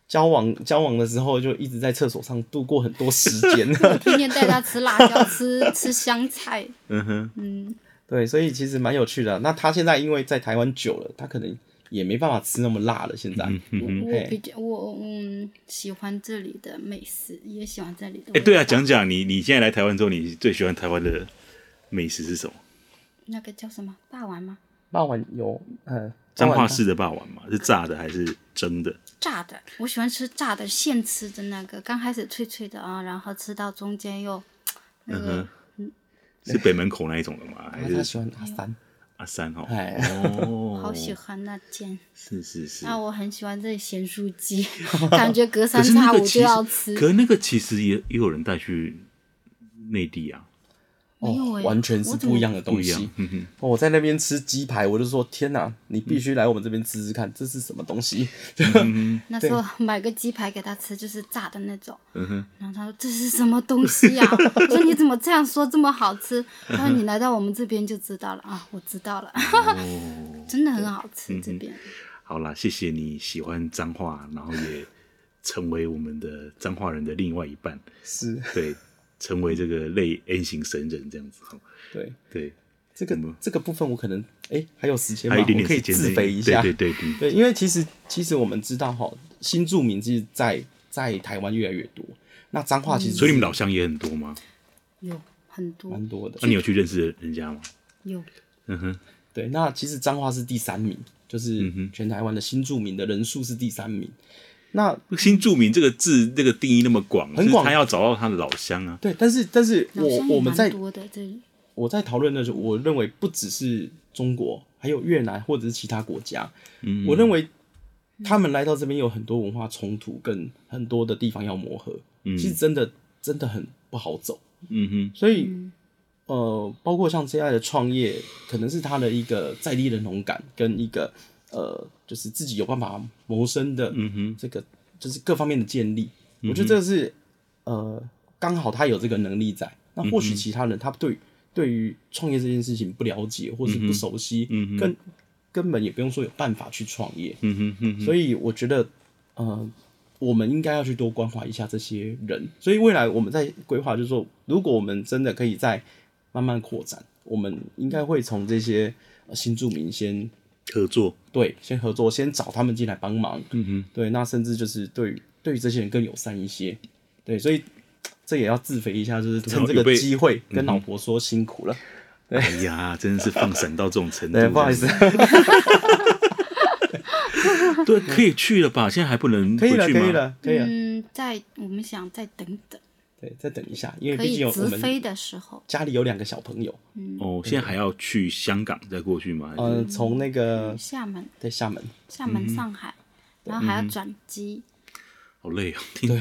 Speaker 2: 交往交往的时候就一直在厕所上度过很多时 间。
Speaker 3: 天天带他吃辣椒，吃吃香菜，
Speaker 1: 嗯哼，
Speaker 2: 对，所以其实蛮有趣的。那他现在因为在台湾久了，他可能也没办法吃那么辣了。
Speaker 1: 嗯
Speaker 2: 现在，
Speaker 3: 我
Speaker 2: 嘿
Speaker 3: 比较我嗯喜欢这里的美食，也喜欢这里的味
Speaker 1: 哎、
Speaker 3: 道。
Speaker 1: 对啊，讲讲你你现在来台湾之后，你最喜欢台湾的美食是什么？
Speaker 3: 那个叫什么霸王吗？
Speaker 2: 辣碗有呃，
Speaker 1: 彰
Speaker 2: 辣
Speaker 1: 化
Speaker 2: 碗
Speaker 1: 市的霸王嘛，是炸的还是蒸的？
Speaker 3: 炸的，我喜欢吃炸的，现吃的那个，刚开始脆脆的啊，然后吃到中间又那
Speaker 1: 嗯
Speaker 3: 个
Speaker 1: 哼，是北门口那一种的吗？
Speaker 3: 嗯
Speaker 1: 还
Speaker 2: 哎他他喜
Speaker 1: 是
Speaker 3: 哎
Speaker 2: 欢阿三，
Speaker 1: 阿三哦？
Speaker 2: 哎
Speaker 1: 哦，
Speaker 3: 好喜欢那间。
Speaker 1: 是是是。
Speaker 3: 那我很喜欢这咸酥 鸡，感觉隔三
Speaker 1: 可是那
Speaker 3: 差
Speaker 1: 个
Speaker 3: 五
Speaker 1: 其实
Speaker 3: 就要，吃。
Speaker 1: 可是那个其实也也有人带去内地啊，
Speaker 3: 没有
Speaker 2: 哦，
Speaker 3: 哎
Speaker 2: 完全是
Speaker 3: 我怎么
Speaker 2: 不一样的
Speaker 1: 不
Speaker 2: 东
Speaker 1: 一样
Speaker 2: 西。。
Speaker 1: 嗯哼，
Speaker 2: 哦我在那边吃鸡排，我就说天哪，你必须来我们这边吃吃看，这是什么东西？
Speaker 1: 嗯
Speaker 3: 那时候 买个鸡排给他吃，就是炸的那种。
Speaker 2: 嗯
Speaker 3: 然后他说：“这是什么东西呀、 我说：“你怎么这样说？这么好
Speaker 2: 嗯
Speaker 3: 吃？”他说：“你来到我们这边就知道了啊，我知道了，
Speaker 2: 哦
Speaker 3: 真的很好吃。
Speaker 2: 嗯
Speaker 3: 这边
Speaker 1: 好啦，谢谢你喜欢彰化，然后 也成为我们的彰化人的另外一半，
Speaker 2: 是
Speaker 1: 对，成为这个类 N 型神人这样子。哦
Speaker 2: 对。
Speaker 1: 对，
Speaker 2: 这个这个部分我可能哎、还有时间
Speaker 1: 嗯
Speaker 2: 吧，
Speaker 1: 还有一点
Speaker 2: 我
Speaker 1: 点
Speaker 2: 可以
Speaker 1: 时间
Speaker 2: 自
Speaker 1: 内
Speaker 2: 肥一下。
Speaker 1: 对对对对，
Speaker 2: 对因为其实其实我们知道哈，新住民其实在在台湾越来越多，那彰化其
Speaker 3: 嗯
Speaker 2: 实
Speaker 1: 所以你们老乡也很多吗？
Speaker 3: 有很多
Speaker 2: 蛮多的
Speaker 1: 哦那。你有去认识人家吗？
Speaker 3: 有
Speaker 1: 嗯哼，
Speaker 2: 对，那其实彰化是第三名，
Speaker 1: 嗯
Speaker 2: 就是全台湾的新住民的人数是第三名。那
Speaker 1: 新住民这个字这个定义那么广，
Speaker 2: 很广
Speaker 1: 就是他要找到他的老乡啊。
Speaker 2: 对，但是但是
Speaker 3: 老
Speaker 2: 我
Speaker 3: 乡
Speaker 2: 我
Speaker 3: 也
Speaker 2: 们在
Speaker 3: 蛮多的这里，
Speaker 2: 我在讨论的时候，我认为不只是中国，还有越南或者是其他国家。嗯，我认为他们来到这边有很多文化冲突，跟很多的地方要磨合。嗯，其实真的真的很不好走。
Speaker 1: 嗯哼，
Speaker 2: 所以，呃，包括像现在的创业，可能是他的一个在地认同感跟一个呃，就是自己有办法谋生的
Speaker 1: 嗯哼，
Speaker 2: 这个，就是各方面的建立。
Speaker 1: 嗯
Speaker 2: 我觉得这个是呃，刚好他有这个能力在。那或许其他人他对对于创业这件事情不了解或是不熟悉，
Speaker 1: 嗯哼
Speaker 2: 根根本也不用说有办法去创业。
Speaker 1: 嗯哼嗯哼，
Speaker 2: 所以我觉得，呃，我们应该要去多关怀一下这些人。所以未来我们在规划，就是说，如果我们真的可以再慢慢扩展，我们应该会从这些呃新住民先
Speaker 1: 合作，
Speaker 2: 对先合作，先找他们进来帮忙。
Speaker 1: 嗯哼，
Speaker 2: 对，那甚至就是对于对于这些人更友善一些。对，所以这也要自肥一下，就是趁这
Speaker 1: 有被
Speaker 2: 个机会跟老婆说辛苦了。
Speaker 1: 哎呀，真是放闪到这种程度，
Speaker 2: 对，不好意思，
Speaker 1: 对，可以去了吧？现在还不能
Speaker 2: 可
Speaker 1: 回
Speaker 2: 以了，
Speaker 1: 去吗？
Speaker 2: 可以了，可以了。
Speaker 3: 嗯，再我们想再等等，
Speaker 2: 对，再等一下，因为
Speaker 3: 可
Speaker 2: 毕竟
Speaker 3: 以
Speaker 2: 有我
Speaker 3: 直
Speaker 2: 们
Speaker 3: 飞的时候，
Speaker 2: 家里有两个小朋友。
Speaker 1: 哦，现在还要去香港再过去吗？还是
Speaker 2: 嗯呃，从那个
Speaker 3: 厦门、
Speaker 2: 在厦门，
Speaker 3: 厦
Speaker 2: 嗯
Speaker 3: 门、上海，然后还要转机，
Speaker 1: 好累啊！ 听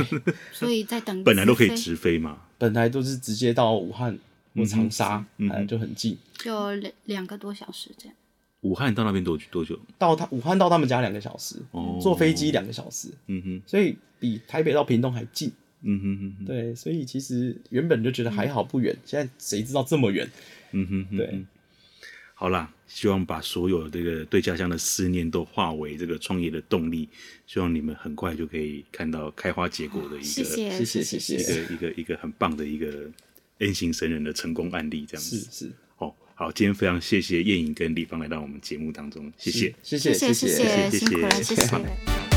Speaker 3: 所以再等。
Speaker 1: 本来都可以，直飞嘛，
Speaker 2: 本来都是直接到武汉或长沙，
Speaker 1: 嗯
Speaker 2: 嗯、
Speaker 1: 哼
Speaker 2: 就很近。
Speaker 3: 就两两个多小时这样。
Speaker 1: 武汉到那边多久多久？
Speaker 2: 到他武汉到他们家两个小时，
Speaker 1: 哦
Speaker 2: 坐飞机两个小时，
Speaker 1: 嗯哼，
Speaker 2: 所以比台北到屏东还近。
Speaker 1: 嗯哼哼哼，
Speaker 2: 对，所以其实原本就觉得还好不远，现在谁知道这么远？
Speaker 1: 嗯哼哼，
Speaker 2: 对，
Speaker 1: 好啦，希望把所有这个对家乡的思念都化为这个创业的动力，希望你们很快就可以看到开花结果的一个
Speaker 3: 谢谢，
Speaker 2: 谢谢谢
Speaker 1: 一
Speaker 2: 谢
Speaker 1: 个一个一个很棒的一个 N 型神人的成功案例，这样
Speaker 2: 是
Speaker 1: 子。
Speaker 2: 是，
Speaker 1: 哦，好，今天非常谢谢叶颖跟李芳来到我们节目当中，谢谢。
Speaker 2: 是，谢
Speaker 3: 谢
Speaker 2: 谢
Speaker 3: 谢谢
Speaker 1: 谢谢
Speaker 3: 辛苦了，
Speaker 1: 谢谢
Speaker 3: 谢谢。